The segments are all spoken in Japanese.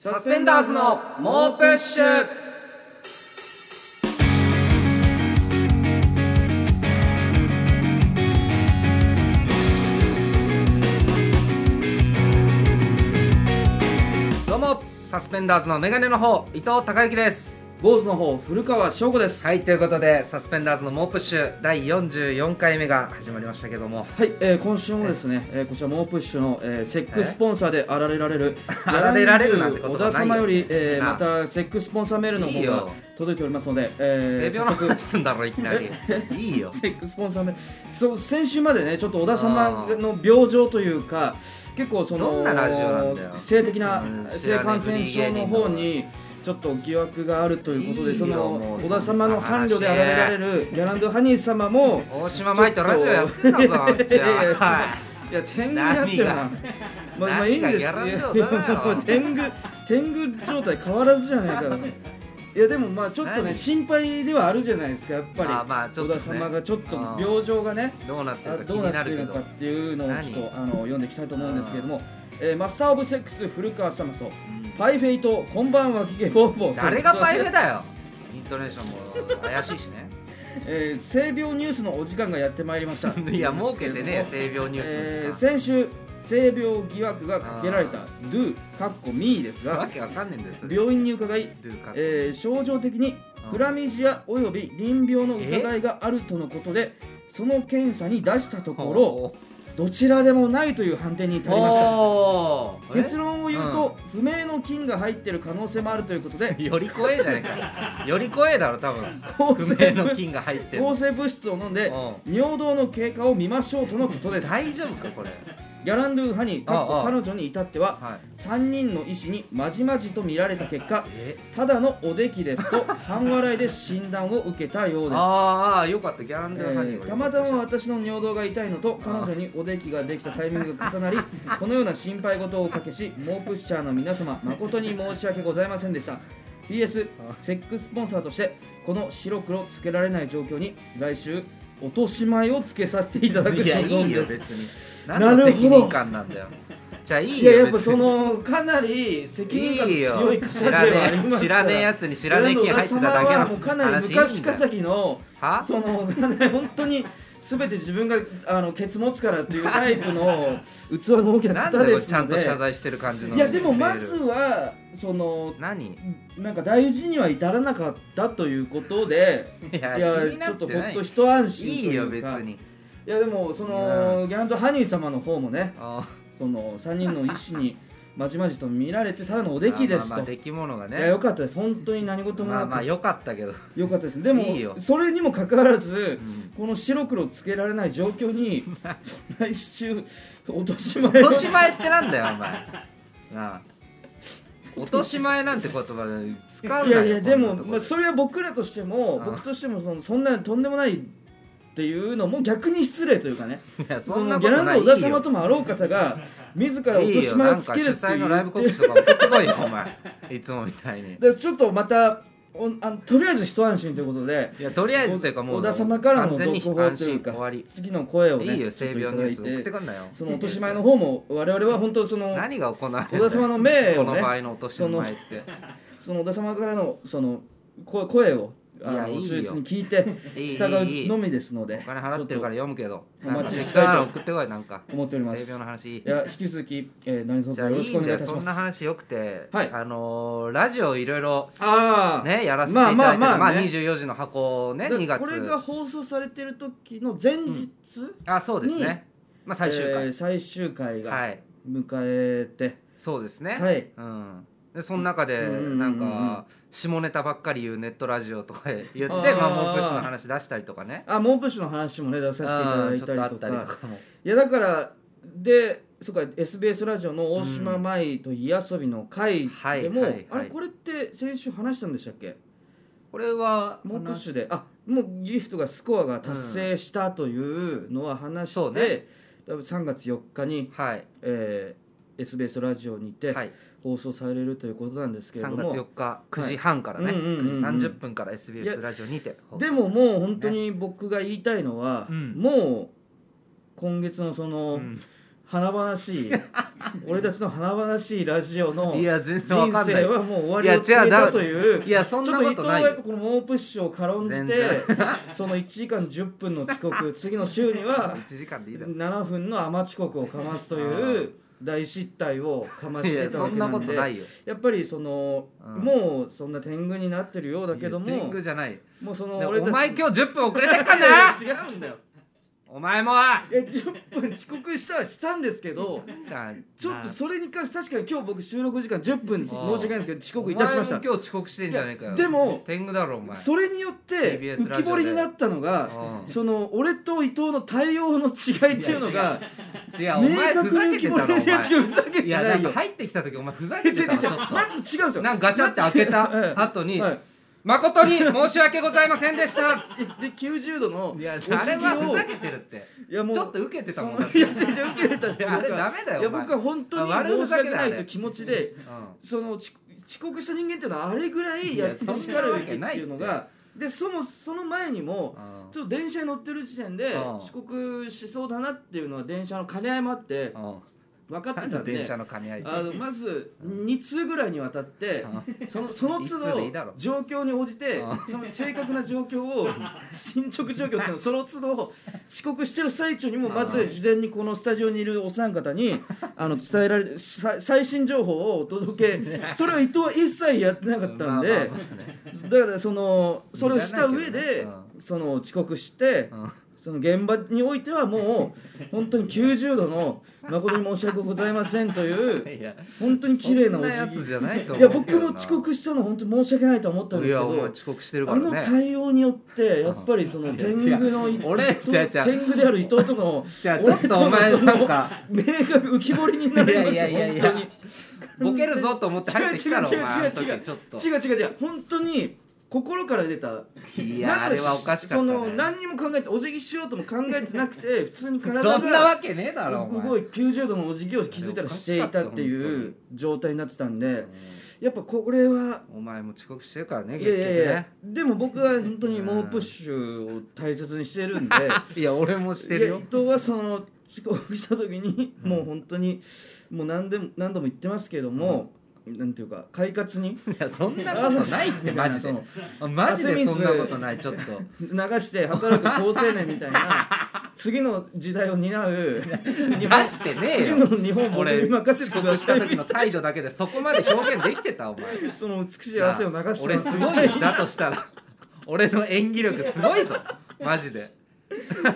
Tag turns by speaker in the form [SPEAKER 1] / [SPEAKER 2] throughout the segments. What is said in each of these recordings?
[SPEAKER 1] ーズの猛プッシュどうもサスペンダーズのメガネの方伊藤孝之です
[SPEAKER 2] 坊主の方古川翔吾です
[SPEAKER 1] はいということでサスペンダーズの猛プッシュ第44回目が始まりましたけども
[SPEAKER 2] はい、えー今週もですね、えーこちら猛プッシュの、えーセックスポンサーであられられる
[SPEAKER 1] あられられるなんてことはないよ
[SPEAKER 2] 小田様より、えー
[SPEAKER 1] なあ
[SPEAKER 2] またセックスポンサーメールの
[SPEAKER 1] いい
[SPEAKER 2] 方
[SPEAKER 1] よ
[SPEAKER 2] が届いておりますので、えー
[SPEAKER 1] 性病の話すんだろいき なりいいよ
[SPEAKER 2] 早速セックスポンサーメールそう先週までねちょっと小田様の病状というか結構そ
[SPEAKER 1] ど
[SPEAKER 2] の
[SPEAKER 1] んなラジオなんだよ
[SPEAKER 2] 性的な、
[SPEAKER 1] うん
[SPEAKER 2] 性感染症の方にちょっと疑惑があるということで
[SPEAKER 1] いい
[SPEAKER 2] そ
[SPEAKER 1] よも
[SPEAKER 2] の
[SPEAKER 1] う
[SPEAKER 2] 小田様の伴侶であられられるギャランドハニー様 も
[SPEAKER 1] 大島舞とラジオやってんだぞあっち
[SPEAKER 2] いやいやいや
[SPEAKER 1] はい
[SPEAKER 2] や天狗やってるな
[SPEAKER 1] 何が
[SPEAKER 2] まあまあいいんです
[SPEAKER 1] 何がギャラン
[SPEAKER 2] い
[SPEAKER 1] ド
[SPEAKER 2] や
[SPEAKER 1] だよ
[SPEAKER 2] もう天狗天狗状態変わらずじゃない かいやでもまあちょっとね
[SPEAKER 1] 何
[SPEAKER 2] 心配ではあるじゃないですかやっぱり
[SPEAKER 1] あまあちょっ
[SPEAKER 2] 小
[SPEAKER 1] とね
[SPEAKER 2] 田様がちょっと
[SPEAKER 1] うん
[SPEAKER 2] 病状がね
[SPEAKER 1] どうなって
[SPEAKER 2] あ
[SPEAKER 1] るか
[SPEAKER 2] ど
[SPEAKER 1] 気
[SPEAKER 2] う
[SPEAKER 1] に
[SPEAKER 2] な
[SPEAKER 1] な
[SPEAKER 2] って
[SPEAKER 1] る
[SPEAKER 2] い
[SPEAKER 1] け
[SPEAKER 2] る のか
[SPEAKER 1] ど
[SPEAKER 2] っていうのをちょっ
[SPEAKER 1] 何
[SPEAKER 2] とあの読んでいきたいと思うんですけれども、えーマスター・オブ・セックス古川様と
[SPEAKER 1] うん
[SPEAKER 2] パイフェイとこんばんはヒゲボーボー
[SPEAKER 1] 誰がパイフェだよイントネーションも怪しいしね
[SPEAKER 2] えー性病ニュースのお時間がやってまいりました
[SPEAKER 1] いや儲けてね性病ニュ
[SPEAKER 2] え
[SPEAKER 1] ー
[SPEAKER 2] ー
[SPEAKER 1] スの
[SPEAKER 2] 先
[SPEAKER 1] 時
[SPEAKER 2] 週性病疑惑がかけられた
[SPEAKER 1] あ
[SPEAKER 2] Do かっこ me です
[SPEAKER 1] 間わ
[SPEAKER 2] が
[SPEAKER 1] けわかんねえんです
[SPEAKER 2] 病院に伺い、
[SPEAKER 1] え
[SPEAKER 2] えー症状的に
[SPEAKER 1] あ
[SPEAKER 2] クラミジアおよび淋病の疑いがあるとのことでその検査に出したところどちらでもないという判定に至りました
[SPEAKER 1] た
[SPEAKER 2] 結論を言うと、不明の菌が入っている可能性もあるということで
[SPEAKER 1] より怖えじゃないかより怖えだろ多分
[SPEAKER 2] 抗
[SPEAKER 1] 不明
[SPEAKER 2] 生
[SPEAKER 1] の菌が入ってる
[SPEAKER 2] 抗生物質を飲んで
[SPEAKER 1] う
[SPEAKER 2] 尿道の経過を見ましょうとのことです
[SPEAKER 1] 大丈夫かこれ
[SPEAKER 2] ギャランドゥハニーかっこ
[SPEAKER 1] ああ
[SPEAKER 2] 彼女に至っては
[SPEAKER 1] はい
[SPEAKER 2] 3人の医師にまじまじと見られた結果
[SPEAKER 1] え
[SPEAKER 2] ただのおできですと半笑いで診断を受けたようです
[SPEAKER 1] ああよかったギャラン
[SPEAKER 2] え
[SPEAKER 1] ドゥハニー
[SPEAKER 2] ー
[SPEAKER 1] が
[SPEAKER 2] たまたま私の尿道が痛いのと彼女におできができたタイミングが重な りこのような心配事をおかけし猛プッシャーの皆様誠に申し訳ございませんでした PS
[SPEAKER 1] あ
[SPEAKER 2] セックスポンサーとしてこの白黒つけられない状況に来週落とし前をつけさせていただく
[SPEAKER 1] い
[SPEAKER 2] 所
[SPEAKER 1] やい
[SPEAKER 2] 存
[SPEAKER 1] いよ
[SPEAKER 2] で
[SPEAKER 1] 別
[SPEAKER 2] す
[SPEAKER 1] に何の責任感なんだよじゃあいい
[SPEAKER 2] い
[SPEAKER 1] よ
[SPEAKER 2] ややっぱ
[SPEAKER 1] 別
[SPEAKER 2] そ
[SPEAKER 1] に
[SPEAKER 2] のかなり責任感
[SPEAKER 1] いいよ
[SPEAKER 2] 強い方ではありますから
[SPEAKER 1] 知らねえやつに知らねえ気が入ってただけ
[SPEAKER 2] 浦野
[SPEAKER 1] の
[SPEAKER 2] はもうかなり
[SPEAKER 1] 話いい
[SPEAKER 2] 昔
[SPEAKER 1] んだ
[SPEAKER 2] か
[SPEAKER 1] よ
[SPEAKER 2] たきの
[SPEAKER 1] は
[SPEAKER 2] その かなり本当に全て自分があのケツ持つからっていうタイプの器の大きな
[SPEAKER 1] なん
[SPEAKER 2] 方
[SPEAKER 1] で
[SPEAKER 2] で
[SPEAKER 1] これ
[SPEAKER 2] す
[SPEAKER 1] ちゃ
[SPEAKER 2] の
[SPEAKER 1] んと謝
[SPEAKER 2] で
[SPEAKER 1] 罪してる感じの
[SPEAKER 2] いやでもま
[SPEAKER 1] メ
[SPEAKER 2] ず
[SPEAKER 1] ール
[SPEAKER 2] はその
[SPEAKER 1] 何い
[SPEAKER 2] なんか大事には至らなかったということで
[SPEAKER 1] や
[SPEAKER 2] いや
[SPEAKER 1] 気にな
[SPEAKER 2] ちょってとほ
[SPEAKER 1] な
[SPEAKER 2] っ
[SPEAKER 1] い
[SPEAKER 2] と一安心と
[SPEAKER 1] いい
[SPEAKER 2] い
[SPEAKER 1] よ
[SPEAKER 2] う
[SPEAKER 1] 別
[SPEAKER 2] か
[SPEAKER 1] に
[SPEAKER 2] いやでもそのギャランドハニー様の方もね
[SPEAKER 1] あ
[SPEAKER 2] その3人の医師にまじまじと見られてただのおできですと
[SPEAKER 1] まあまあ出来物が
[SPEAKER 2] いや
[SPEAKER 1] ね
[SPEAKER 2] 良かったです本当に何事も
[SPEAKER 1] まあ
[SPEAKER 2] な
[SPEAKER 1] まあ
[SPEAKER 2] く
[SPEAKER 1] 良かったけど
[SPEAKER 2] 良かったですでも
[SPEAKER 1] いいよ
[SPEAKER 2] それにもかかわらず
[SPEAKER 1] うん
[SPEAKER 2] この白黒つけられない状況 に来週落とし前を
[SPEAKER 1] 落とし前ってなんだよ お前なあ落とし前なんて言葉使うなよ
[SPEAKER 2] いやいやで
[SPEAKER 1] こ
[SPEAKER 2] も、
[SPEAKER 1] んなとこ
[SPEAKER 2] まあ、それは僕らとしても
[SPEAKER 1] ああ
[SPEAKER 2] 僕としてもそのそんなとんでもないっていうのも逆に失礼というかね
[SPEAKER 1] いやそ
[SPEAKER 2] そ
[SPEAKER 1] んな
[SPEAKER 2] のギ
[SPEAKER 1] こ
[SPEAKER 2] ャ
[SPEAKER 1] と
[SPEAKER 2] ラン
[SPEAKER 1] ない
[SPEAKER 2] ド小
[SPEAKER 1] いいよ
[SPEAKER 2] 田様ともあろう方 が自ら
[SPEAKER 1] い
[SPEAKER 2] 落と
[SPEAKER 1] い
[SPEAKER 2] し
[SPEAKER 1] よ
[SPEAKER 2] 前
[SPEAKER 1] な
[SPEAKER 2] を
[SPEAKER 1] ん
[SPEAKER 2] つ
[SPEAKER 1] か
[SPEAKER 2] け
[SPEAKER 1] 主
[SPEAKER 2] るって
[SPEAKER 1] 催のライブ告
[SPEAKER 2] いう
[SPEAKER 1] 知とか送ってこいよお前いつもみた いに
[SPEAKER 2] でちょっとまたおあのとりあえず一安心ということで
[SPEAKER 1] いやとりあえずというかもう
[SPEAKER 2] 小田様からの
[SPEAKER 1] 完全に
[SPEAKER 2] 続報という
[SPEAKER 1] 安心終わ
[SPEAKER 2] か
[SPEAKER 1] り
[SPEAKER 2] 次の声をね
[SPEAKER 1] いいよ
[SPEAKER 2] ちょ
[SPEAKER 1] 性
[SPEAKER 2] っとい
[SPEAKER 1] 病
[SPEAKER 2] た
[SPEAKER 1] ニ
[SPEAKER 2] だ
[SPEAKER 1] ュー
[SPEAKER 2] い
[SPEAKER 1] ス送って
[SPEAKER 2] て
[SPEAKER 1] くんなよ
[SPEAKER 2] そのお年前の方も我々は本当その
[SPEAKER 1] 何が行われ
[SPEAKER 2] 小田
[SPEAKER 1] る
[SPEAKER 2] 様の命
[SPEAKER 1] こ
[SPEAKER 2] を
[SPEAKER 1] の
[SPEAKER 2] ね
[SPEAKER 1] 場合の落とし前って
[SPEAKER 2] その小田様からのその声声をあ
[SPEAKER 1] いや
[SPEAKER 2] の
[SPEAKER 1] いいよ
[SPEAKER 2] 忠実に聞いて
[SPEAKER 1] いいいいい
[SPEAKER 2] 従
[SPEAKER 1] いう
[SPEAKER 2] のみですので
[SPEAKER 1] お金払ってるから
[SPEAKER 2] ちょ
[SPEAKER 1] 読むけど
[SPEAKER 2] お待ちしたいと
[SPEAKER 1] なんか適当なの送ってこいなんか
[SPEAKER 2] っと思っておりま
[SPEAKER 1] 性
[SPEAKER 2] す
[SPEAKER 1] 病の話
[SPEAKER 2] いや引き続き、えー、何卒
[SPEAKER 1] じゃあ
[SPEAKER 2] よ
[SPEAKER 1] い
[SPEAKER 2] ろし
[SPEAKER 1] い
[SPEAKER 2] くお
[SPEAKER 1] んだ
[SPEAKER 2] 願いい
[SPEAKER 1] よ
[SPEAKER 2] たし
[SPEAKER 1] そ
[SPEAKER 2] ま
[SPEAKER 1] ん
[SPEAKER 2] す
[SPEAKER 1] な話よくて
[SPEAKER 2] はい
[SPEAKER 1] あのーラジオいろいろ
[SPEAKER 2] ああ、
[SPEAKER 1] ねやらせていただいてる
[SPEAKER 2] まあまあま
[SPEAKER 1] ま
[SPEAKER 2] あ
[SPEAKER 1] あ
[SPEAKER 2] ね
[SPEAKER 1] 24時の箱をね
[SPEAKER 2] だ
[SPEAKER 1] 2
[SPEAKER 2] これが
[SPEAKER 1] 月
[SPEAKER 2] 放送されてる時の前日、
[SPEAKER 1] あそうですねまあ最終
[SPEAKER 2] え
[SPEAKER 1] 回
[SPEAKER 2] ー最終回
[SPEAKER 1] は
[SPEAKER 2] が
[SPEAKER 1] い
[SPEAKER 2] 迎えて、
[SPEAKER 1] そうですね
[SPEAKER 2] はい
[SPEAKER 1] うん、でその中で
[SPEAKER 2] うんうんうんうん
[SPEAKER 1] なんか下ネタばっかり言うネットラジオとか 言って
[SPEAKER 2] あー
[SPEAKER 1] まあモンプッシュの話出したりとかね
[SPEAKER 2] あモープッシュの話もね出させていただいたりとか
[SPEAKER 1] うんちょっとあったりとかも
[SPEAKER 2] いやだからでそっか SBS ラジオの大島舞と火遊びの会
[SPEAKER 1] はい
[SPEAKER 2] でも、
[SPEAKER 1] はいはい
[SPEAKER 2] あれこれって先週話したんでしたっけ
[SPEAKER 1] これは
[SPEAKER 2] モープッシュであもうギフトがスコアが達成したというのは話して、
[SPEAKER 1] そうね
[SPEAKER 2] 多分3月4日に、
[SPEAKER 1] はい
[SPEAKER 2] えー SBS ラジオにて
[SPEAKER 1] はい
[SPEAKER 2] 放送されるということなんですけれど
[SPEAKER 1] 3
[SPEAKER 2] も、
[SPEAKER 1] 月4日9時半からね、
[SPEAKER 2] はいうんうんうんうん
[SPEAKER 1] 9時30分から SBS
[SPEAKER 2] いや
[SPEAKER 1] ラジオにて放送
[SPEAKER 2] でももう本当に僕が言いたいのは、
[SPEAKER 1] うん
[SPEAKER 2] もう今月のその、
[SPEAKER 1] うん
[SPEAKER 2] 華々しい 俺たちの華々しいラジオの
[SPEAKER 1] い
[SPEAKER 2] 人
[SPEAKER 1] や全然わかんな
[SPEAKER 2] 生
[SPEAKER 1] い
[SPEAKER 2] はもう終わりを告げたという
[SPEAKER 1] いやそん
[SPEAKER 2] ちょ
[SPEAKER 1] な
[SPEAKER 2] っと伊
[SPEAKER 1] こ
[SPEAKER 2] 藤
[SPEAKER 1] と
[SPEAKER 2] は
[SPEAKER 1] ない
[SPEAKER 2] やっぱこの猛プッシュを軽んじ
[SPEAKER 1] 全
[SPEAKER 2] て
[SPEAKER 1] 然
[SPEAKER 2] その1時間10分の遅 刻次の週には
[SPEAKER 1] 1時間でいいだろ
[SPEAKER 2] 7分の甘遅刻をかますという大失態をかまし
[SPEAKER 1] い
[SPEAKER 2] て
[SPEAKER 1] や
[SPEAKER 2] た
[SPEAKER 1] そ
[SPEAKER 2] わけ
[SPEAKER 1] ん
[SPEAKER 2] な
[SPEAKER 1] なこ
[SPEAKER 2] ん
[SPEAKER 1] と
[SPEAKER 2] で
[SPEAKER 1] ないよ
[SPEAKER 2] やっぱりその、
[SPEAKER 1] うん
[SPEAKER 2] もうそんな天狗になってるようだけど
[SPEAKER 1] いや天
[SPEAKER 2] も
[SPEAKER 1] 狗じゃない
[SPEAKER 2] もうその
[SPEAKER 1] ね
[SPEAKER 2] 俺た
[SPEAKER 1] お
[SPEAKER 2] ち
[SPEAKER 1] 前今日10分遅れてっかん
[SPEAKER 2] いや
[SPEAKER 1] ない
[SPEAKER 2] や違うんだよ
[SPEAKER 1] お前も
[SPEAKER 2] いや10分遅刻したはしたんですけどちょっとそれに関して確かに今日僕収録時間10分申し訳ないんですけど遅刻いたしました
[SPEAKER 1] お前も今日遅刻してんじゃねえかよ
[SPEAKER 2] いやでも
[SPEAKER 1] 天狗だろお前
[SPEAKER 2] それによって
[SPEAKER 1] TBS
[SPEAKER 2] 浮き彫りになったのが
[SPEAKER 1] うん
[SPEAKER 2] その俺と伊藤の対応の違いっていうのが
[SPEAKER 1] 違うお
[SPEAKER 2] 明
[SPEAKER 1] 前ふざ
[SPEAKER 2] 確に
[SPEAKER 1] け
[SPEAKER 2] 浮き
[SPEAKER 1] て
[SPEAKER 2] 彫
[SPEAKER 1] た
[SPEAKER 2] り
[SPEAKER 1] ろお
[SPEAKER 2] に違
[SPEAKER 1] 前
[SPEAKER 2] うふざけ
[SPEAKER 1] い
[SPEAKER 2] て
[SPEAKER 1] や
[SPEAKER 2] な
[SPEAKER 1] ないん
[SPEAKER 2] よ
[SPEAKER 1] か入ってきた時お前ふざ
[SPEAKER 2] 違う
[SPEAKER 1] け
[SPEAKER 2] 違う
[SPEAKER 1] てた
[SPEAKER 2] 違
[SPEAKER 1] ろちょ
[SPEAKER 2] う
[SPEAKER 1] っと
[SPEAKER 2] マジで違うんですよ
[SPEAKER 1] なんかガチャって開けた後に
[SPEAKER 2] はい
[SPEAKER 1] 誠に申し訳ございませんでした
[SPEAKER 2] で90度のお
[SPEAKER 1] い
[SPEAKER 2] 辞
[SPEAKER 1] や
[SPEAKER 2] 儀
[SPEAKER 1] あれはふ
[SPEAKER 2] を
[SPEAKER 1] ざけてるって
[SPEAKER 2] いやもう
[SPEAKER 1] ちょっと受けてたもんだ
[SPEAKER 2] その
[SPEAKER 1] って
[SPEAKER 2] いや違う違う受けてたっていうか
[SPEAKER 1] あれダメだよ
[SPEAKER 2] いや
[SPEAKER 1] お前
[SPEAKER 2] 僕は本当に
[SPEAKER 1] あ悪ふ
[SPEAKER 2] 申し
[SPEAKER 1] ざけ
[SPEAKER 2] 訳
[SPEAKER 1] だ
[SPEAKER 2] ない
[SPEAKER 1] あ
[SPEAKER 2] とい
[SPEAKER 1] れ
[SPEAKER 2] う気持ちで
[SPEAKER 1] うん
[SPEAKER 2] その遅遅刻した人間っていうのはあれぐらい
[SPEAKER 1] い
[SPEAKER 2] や
[SPEAKER 1] や
[SPEAKER 2] ってしかるべきって
[SPEAKER 1] そんなわけない
[SPEAKER 2] いうのがでそもその前にも
[SPEAKER 1] うん
[SPEAKER 2] ちょっと電車に乗ってる時点で
[SPEAKER 1] うん
[SPEAKER 2] 遅刻しそうだなっていうのは電車の兼ね合いもあって分かって
[SPEAKER 1] なん
[SPEAKER 2] た
[SPEAKER 1] で
[SPEAKER 2] ん
[SPEAKER 1] 電
[SPEAKER 2] で
[SPEAKER 1] 車の兼ね合いって
[SPEAKER 2] あのまず2通ぐらいにわたってそのその都
[SPEAKER 1] いつでいいだ
[SPEAKER 2] 度
[SPEAKER 1] ろ
[SPEAKER 2] 状況に応じて
[SPEAKER 1] うん
[SPEAKER 2] その正確な状況を進捗状況っていうのをその都度遅刻してる最中にもま
[SPEAKER 1] う
[SPEAKER 2] ず
[SPEAKER 1] ん
[SPEAKER 2] 事前にこのスタジオにいるお三方にあの伝えられるさ最新情報をお届けそれを伊藤は一切やってなかったん
[SPEAKER 1] まあ
[SPEAKER 2] で
[SPEAKER 1] まあまあね
[SPEAKER 2] だからそのそれをした上
[SPEAKER 1] いらないけ
[SPEAKER 2] で
[SPEAKER 1] どね
[SPEAKER 2] その遅刻して
[SPEAKER 1] うん
[SPEAKER 2] その現場においてはも う本当に90度の誠に申し訳ございませんという
[SPEAKER 1] いや
[SPEAKER 2] 本当に綺麗なお辞
[SPEAKER 1] そんやつ
[SPEAKER 2] 儀
[SPEAKER 1] じゃないと
[SPEAKER 2] い
[SPEAKER 1] 思
[SPEAKER 2] や
[SPEAKER 1] う
[SPEAKER 2] 僕
[SPEAKER 1] けどな
[SPEAKER 2] も遅刻したの本当に申し訳ないとは思ったんです
[SPEAKER 1] い
[SPEAKER 2] け
[SPEAKER 1] やお前
[SPEAKER 2] ど
[SPEAKER 1] 遅刻してるか
[SPEAKER 2] あの
[SPEAKER 1] らね
[SPEAKER 2] 対応によってやっぱりその
[SPEAKER 1] いや
[SPEAKER 2] 天狗の
[SPEAKER 1] 違う俺
[SPEAKER 2] 伊藤
[SPEAKER 1] 違う違う
[SPEAKER 2] 天狗である伊藤と の
[SPEAKER 1] じゃあちょっとお前
[SPEAKER 2] 俺との
[SPEAKER 1] なんか
[SPEAKER 2] 明確浮き彫りになりました本当に
[SPEAKER 1] ボケるぞと思って入ってきたろお
[SPEAKER 2] 違う違う
[SPEAKER 1] 前あの時
[SPEAKER 2] 違う違う
[SPEAKER 1] ちょっと
[SPEAKER 2] 違う違う違う本当に心から出た
[SPEAKER 1] い
[SPEAKER 2] なん
[SPEAKER 1] やあれはおかし
[SPEAKER 2] そ
[SPEAKER 1] かった
[SPEAKER 2] の
[SPEAKER 1] ね
[SPEAKER 2] 何にも考えてお辞儀しようとも考えてなくて普通に体が
[SPEAKER 1] そんなわけねえだろお前
[SPEAKER 2] 動い90度のお辞儀を気づいたらしていたっていう状態になってたんでやっぱこれは
[SPEAKER 1] お前も遅刻してるからね
[SPEAKER 2] い
[SPEAKER 1] 結
[SPEAKER 2] や
[SPEAKER 1] 局
[SPEAKER 2] いやいや
[SPEAKER 1] ね
[SPEAKER 2] でも僕は本当に猛プッシュを大切にしてるんで
[SPEAKER 1] いや俺も してる
[SPEAKER 2] い
[SPEAKER 1] よ
[SPEAKER 2] や伊藤はその遅刻した時に
[SPEAKER 1] うん
[SPEAKER 2] もう本当にもう何でも何度も言ってますけども、なんていうか快活に
[SPEAKER 1] いやそんなことないってマジで
[SPEAKER 2] その
[SPEAKER 1] マジでそんなことないちょっと
[SPEAKER 2] 流して働く好青年みたいな次の時代を担 う
[SPEAKER 1] 出してねえ
[SPEAKER 2] 次の
[SPEAKER 1] よ
[SPEAKER 2] 日本僕
[SPEAKER 1] 俺
[SPEAKER 2] に
[SPEAKER 1] 遅
[SPEAKER 2] 任せてくだ
[SPEAKER 1] 刻し
[SPEAKER 2] さ
[SPEAKER 1] た
[SPEAKER 2] い
[SPEAKER 1] 時の態度だけでそこまで表現できてたお前
[SPEAKER 2] その美しい汗を流してます
[SPEAKER 1] 俺
[SPEAKER 2] み
[SPEAKER 1] す
[SPEAKER 2] た
[SPEAKER 1] ご
[SPEAKER 2] い
[SPEAKER 1] いだとしたら俺の演技力すごいぞマジで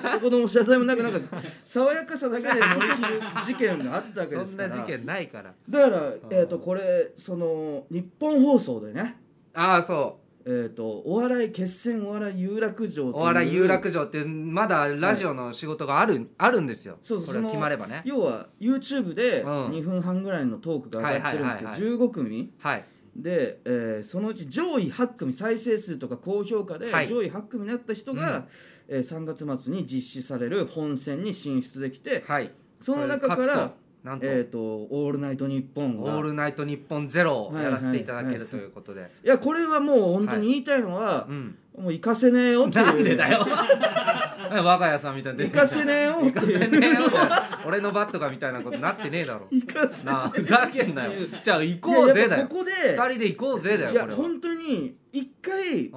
[SPEAKER 2] なこのおしゃれもなくなんか爽やかさだけで乗り切る事件があったわけ
[SPEAKER 1] そ
[SPEAKER 2] です
[SPEAKER 1] ん
[SPEAKER 2] か
[SPEAKER 1] な
[SPEAKER 2] ら
[SPEAKER 1] 事件ないから
[SPEAKER 2] だから、えー、とこれその日本放送でね、
[SPEAKER 1] ああそ
[SPEAKER 2] えー、とお笑い決戦お笑い有楽町というう
[SPEAKER 1] お笑い有楽町ってまだラジオの仕事がある,、あるんですよ
[SPEAKER 2] そうそう
[SPEAKER 1] これ
[SPEAKER 2] その
[SPEAKER 1] 決まればね
[SPEAKER 2] 要は YouTube で
[SPEAKER 1] うん
[SPEAKER 2] 2分半ぐらいのトークが上がってるんですけど、
[SPEAKER 1] はいはい
[SPEAKER 2] 15組
[SPEAKER 1] はい
[SPEAKER 2] で、えーそのうち上位8組再生数とか高評価で
[SPEAKER 1] はい
[SPEAKER 2] 上位8組になった人が、えー3月末に実施される本戦に進出できて
[SPEAKER 1] はい
[SPEAKER 2] その中か
[SPEAKER 1] それ
[SPEAKER 2] ら
[SPEAKER 1] 勝つとなんと、
[SPEAKER 2] えー、と「オールナイトニッポン」
[SPEAKER 1] オー
[SPEAKER 2] が
[SPEAKER 1] ルナイトニッポンゼロ」をやらせていただけるということで、
[SPEAKER 2] いやこれはもう本当に言いたいのは、
[SPEAKER 1] うん
[SPEAKER 2] もう行かせねえよっていう
[SPEAKER 1] なんでだ よ我が家さんみたいな
[SPEAKER 2] 行かせねえよって
[SPEAKER 1] 行かせ
[SPEAKER 2] いう
[SPEAKER 1] ねえよじゃ俺のバットがみたいなことなってねえだろ
[SPEAKER 2] 行かせね
[SPEAKER 1] なあふざけんなよ
[SPEAKER 2] い
[SPEAKER 1] じゃあ行
[SPEAKER 2] え
[SPEAKER 1] こう
[SPEAKER 2] いや
[SPEAKER 1] ぜ
[SPEAKER 2] や
[SPEAKER 1] だ
[SPEAKER 2] っぱ
[SPEAKER 1] よ
[SPEAKER 2] ここで
[SPEAKER 1] 二人で行こうぜだよ
[SPEAKER 2] い
[SPEAKER 1] これ
[SPEAKER 2] や
[SPEAKER 1] は
[SPEAKER 2] 本当に一回
[SPEAKER 1] う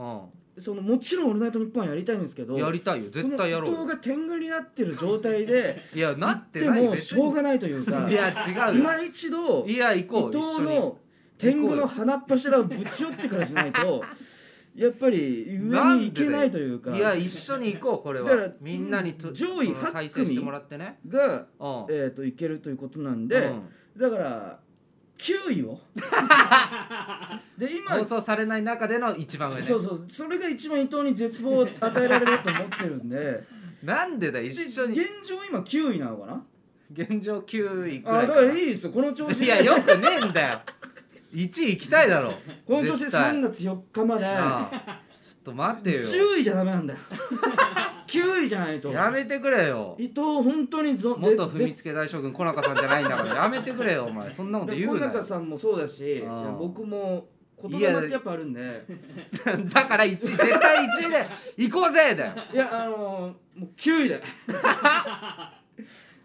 [SPEAKER 2] そのもちろん「オールナイトニッポン」やりたいんですけど
[SPEAKER 1] ん、やりたいよ絶対やろ
[SPEAKER 2] この伊
[SPEAKER 1] うよ
[SPEAKER 2] 藤が天狗になってる状態 で
[SPEAKER 1] いやなって
[SPEAKER 2] で
[SPEAKER 1] ない
[SPEAKER 2] もしょうがないというか
[SPEAKER 1] いや違うよ
[SPEAKER 2] 今一度伊
[SPEAKER 1] いや行こう一
[SPEAKER 2] 藤
[SPEAKER 1] 緒に
[SPEAKER 2] の天狗の鼻っ柱をぶち寄ってからじゃないとやっぱり上に行けないというか
[SPEAKER 1] いや一緒に行こうこれ
[SPEAKER 2] だから
[SPEAKER 1] はみんなにと
[SPEAKER 2] 上位
[SPEAKER 1] その
[SPEAKER 2] 八
[SPEAKER 1] 再生
[SPEAKER 2] 組
[SPEAKER 1] してもらってね
[SPEAKER 2] が、
[SPEAKER 1] うん
[SPEAKER 2] えー、といけるということなんで、
[SPEAKER 1] うん
[SPEAKER 2] だから9位 をで今
[SPEAKER 1] 放送されない中での一番上ね
[SPEAKER 2] そうそうそれが一番伊藤に絶望を与えられると思ってるんで
[SPEAKER 1] なんでだよ
[SPEAKER 2] で
[SPEAKER 1] 一
[SPEAKER 2] 現
[SPEAKER 1] 緒に
[SPEAKER 2] 状今9位なのかな
[SPEAKER 1] 現状9位く
[SPEAKER 2] あ
[SPEAKER 1] ら
[SPEAKER 2] ー
[SPEAKER 1] い
[SPEAKER 2] だ
[SPEAKER 1] か
[SPEAKER 2] かららいいですよこの調子
[SPEAKER 1] いやよくねえんだよ1位行きたいだろ
[SPEAKER 2] この調子で
[SPEAKER 1] 絶対
[SPEAKER 2] 3月4日まで
[SPEAKER 1] なあちょっと待ってよ
[SPEAKER 2] 10位じゃダメなんだよ 9位じゃないと
[SPEAKER 1] やめてくれよ
[SPEAKER 2] 伊藤本当にぞ
[SPEAKER 1] 元踏みつけ大将軍小中さんじゃないんだからやめてくれよお前そんなこと
[SPEAKER 2] で
[SPEAKER 1] 言
[SPEAKER 2] 小
[SPEAKER 1] うなよ
[SPEAKER 2] 中さんもそうだしいや僕も言霊ってやっぱあるんで
[SPEAKER 1] だから1位絶対1位で行こうぜだよ
[SPEAKER 2] いやあのー、もう9位だよ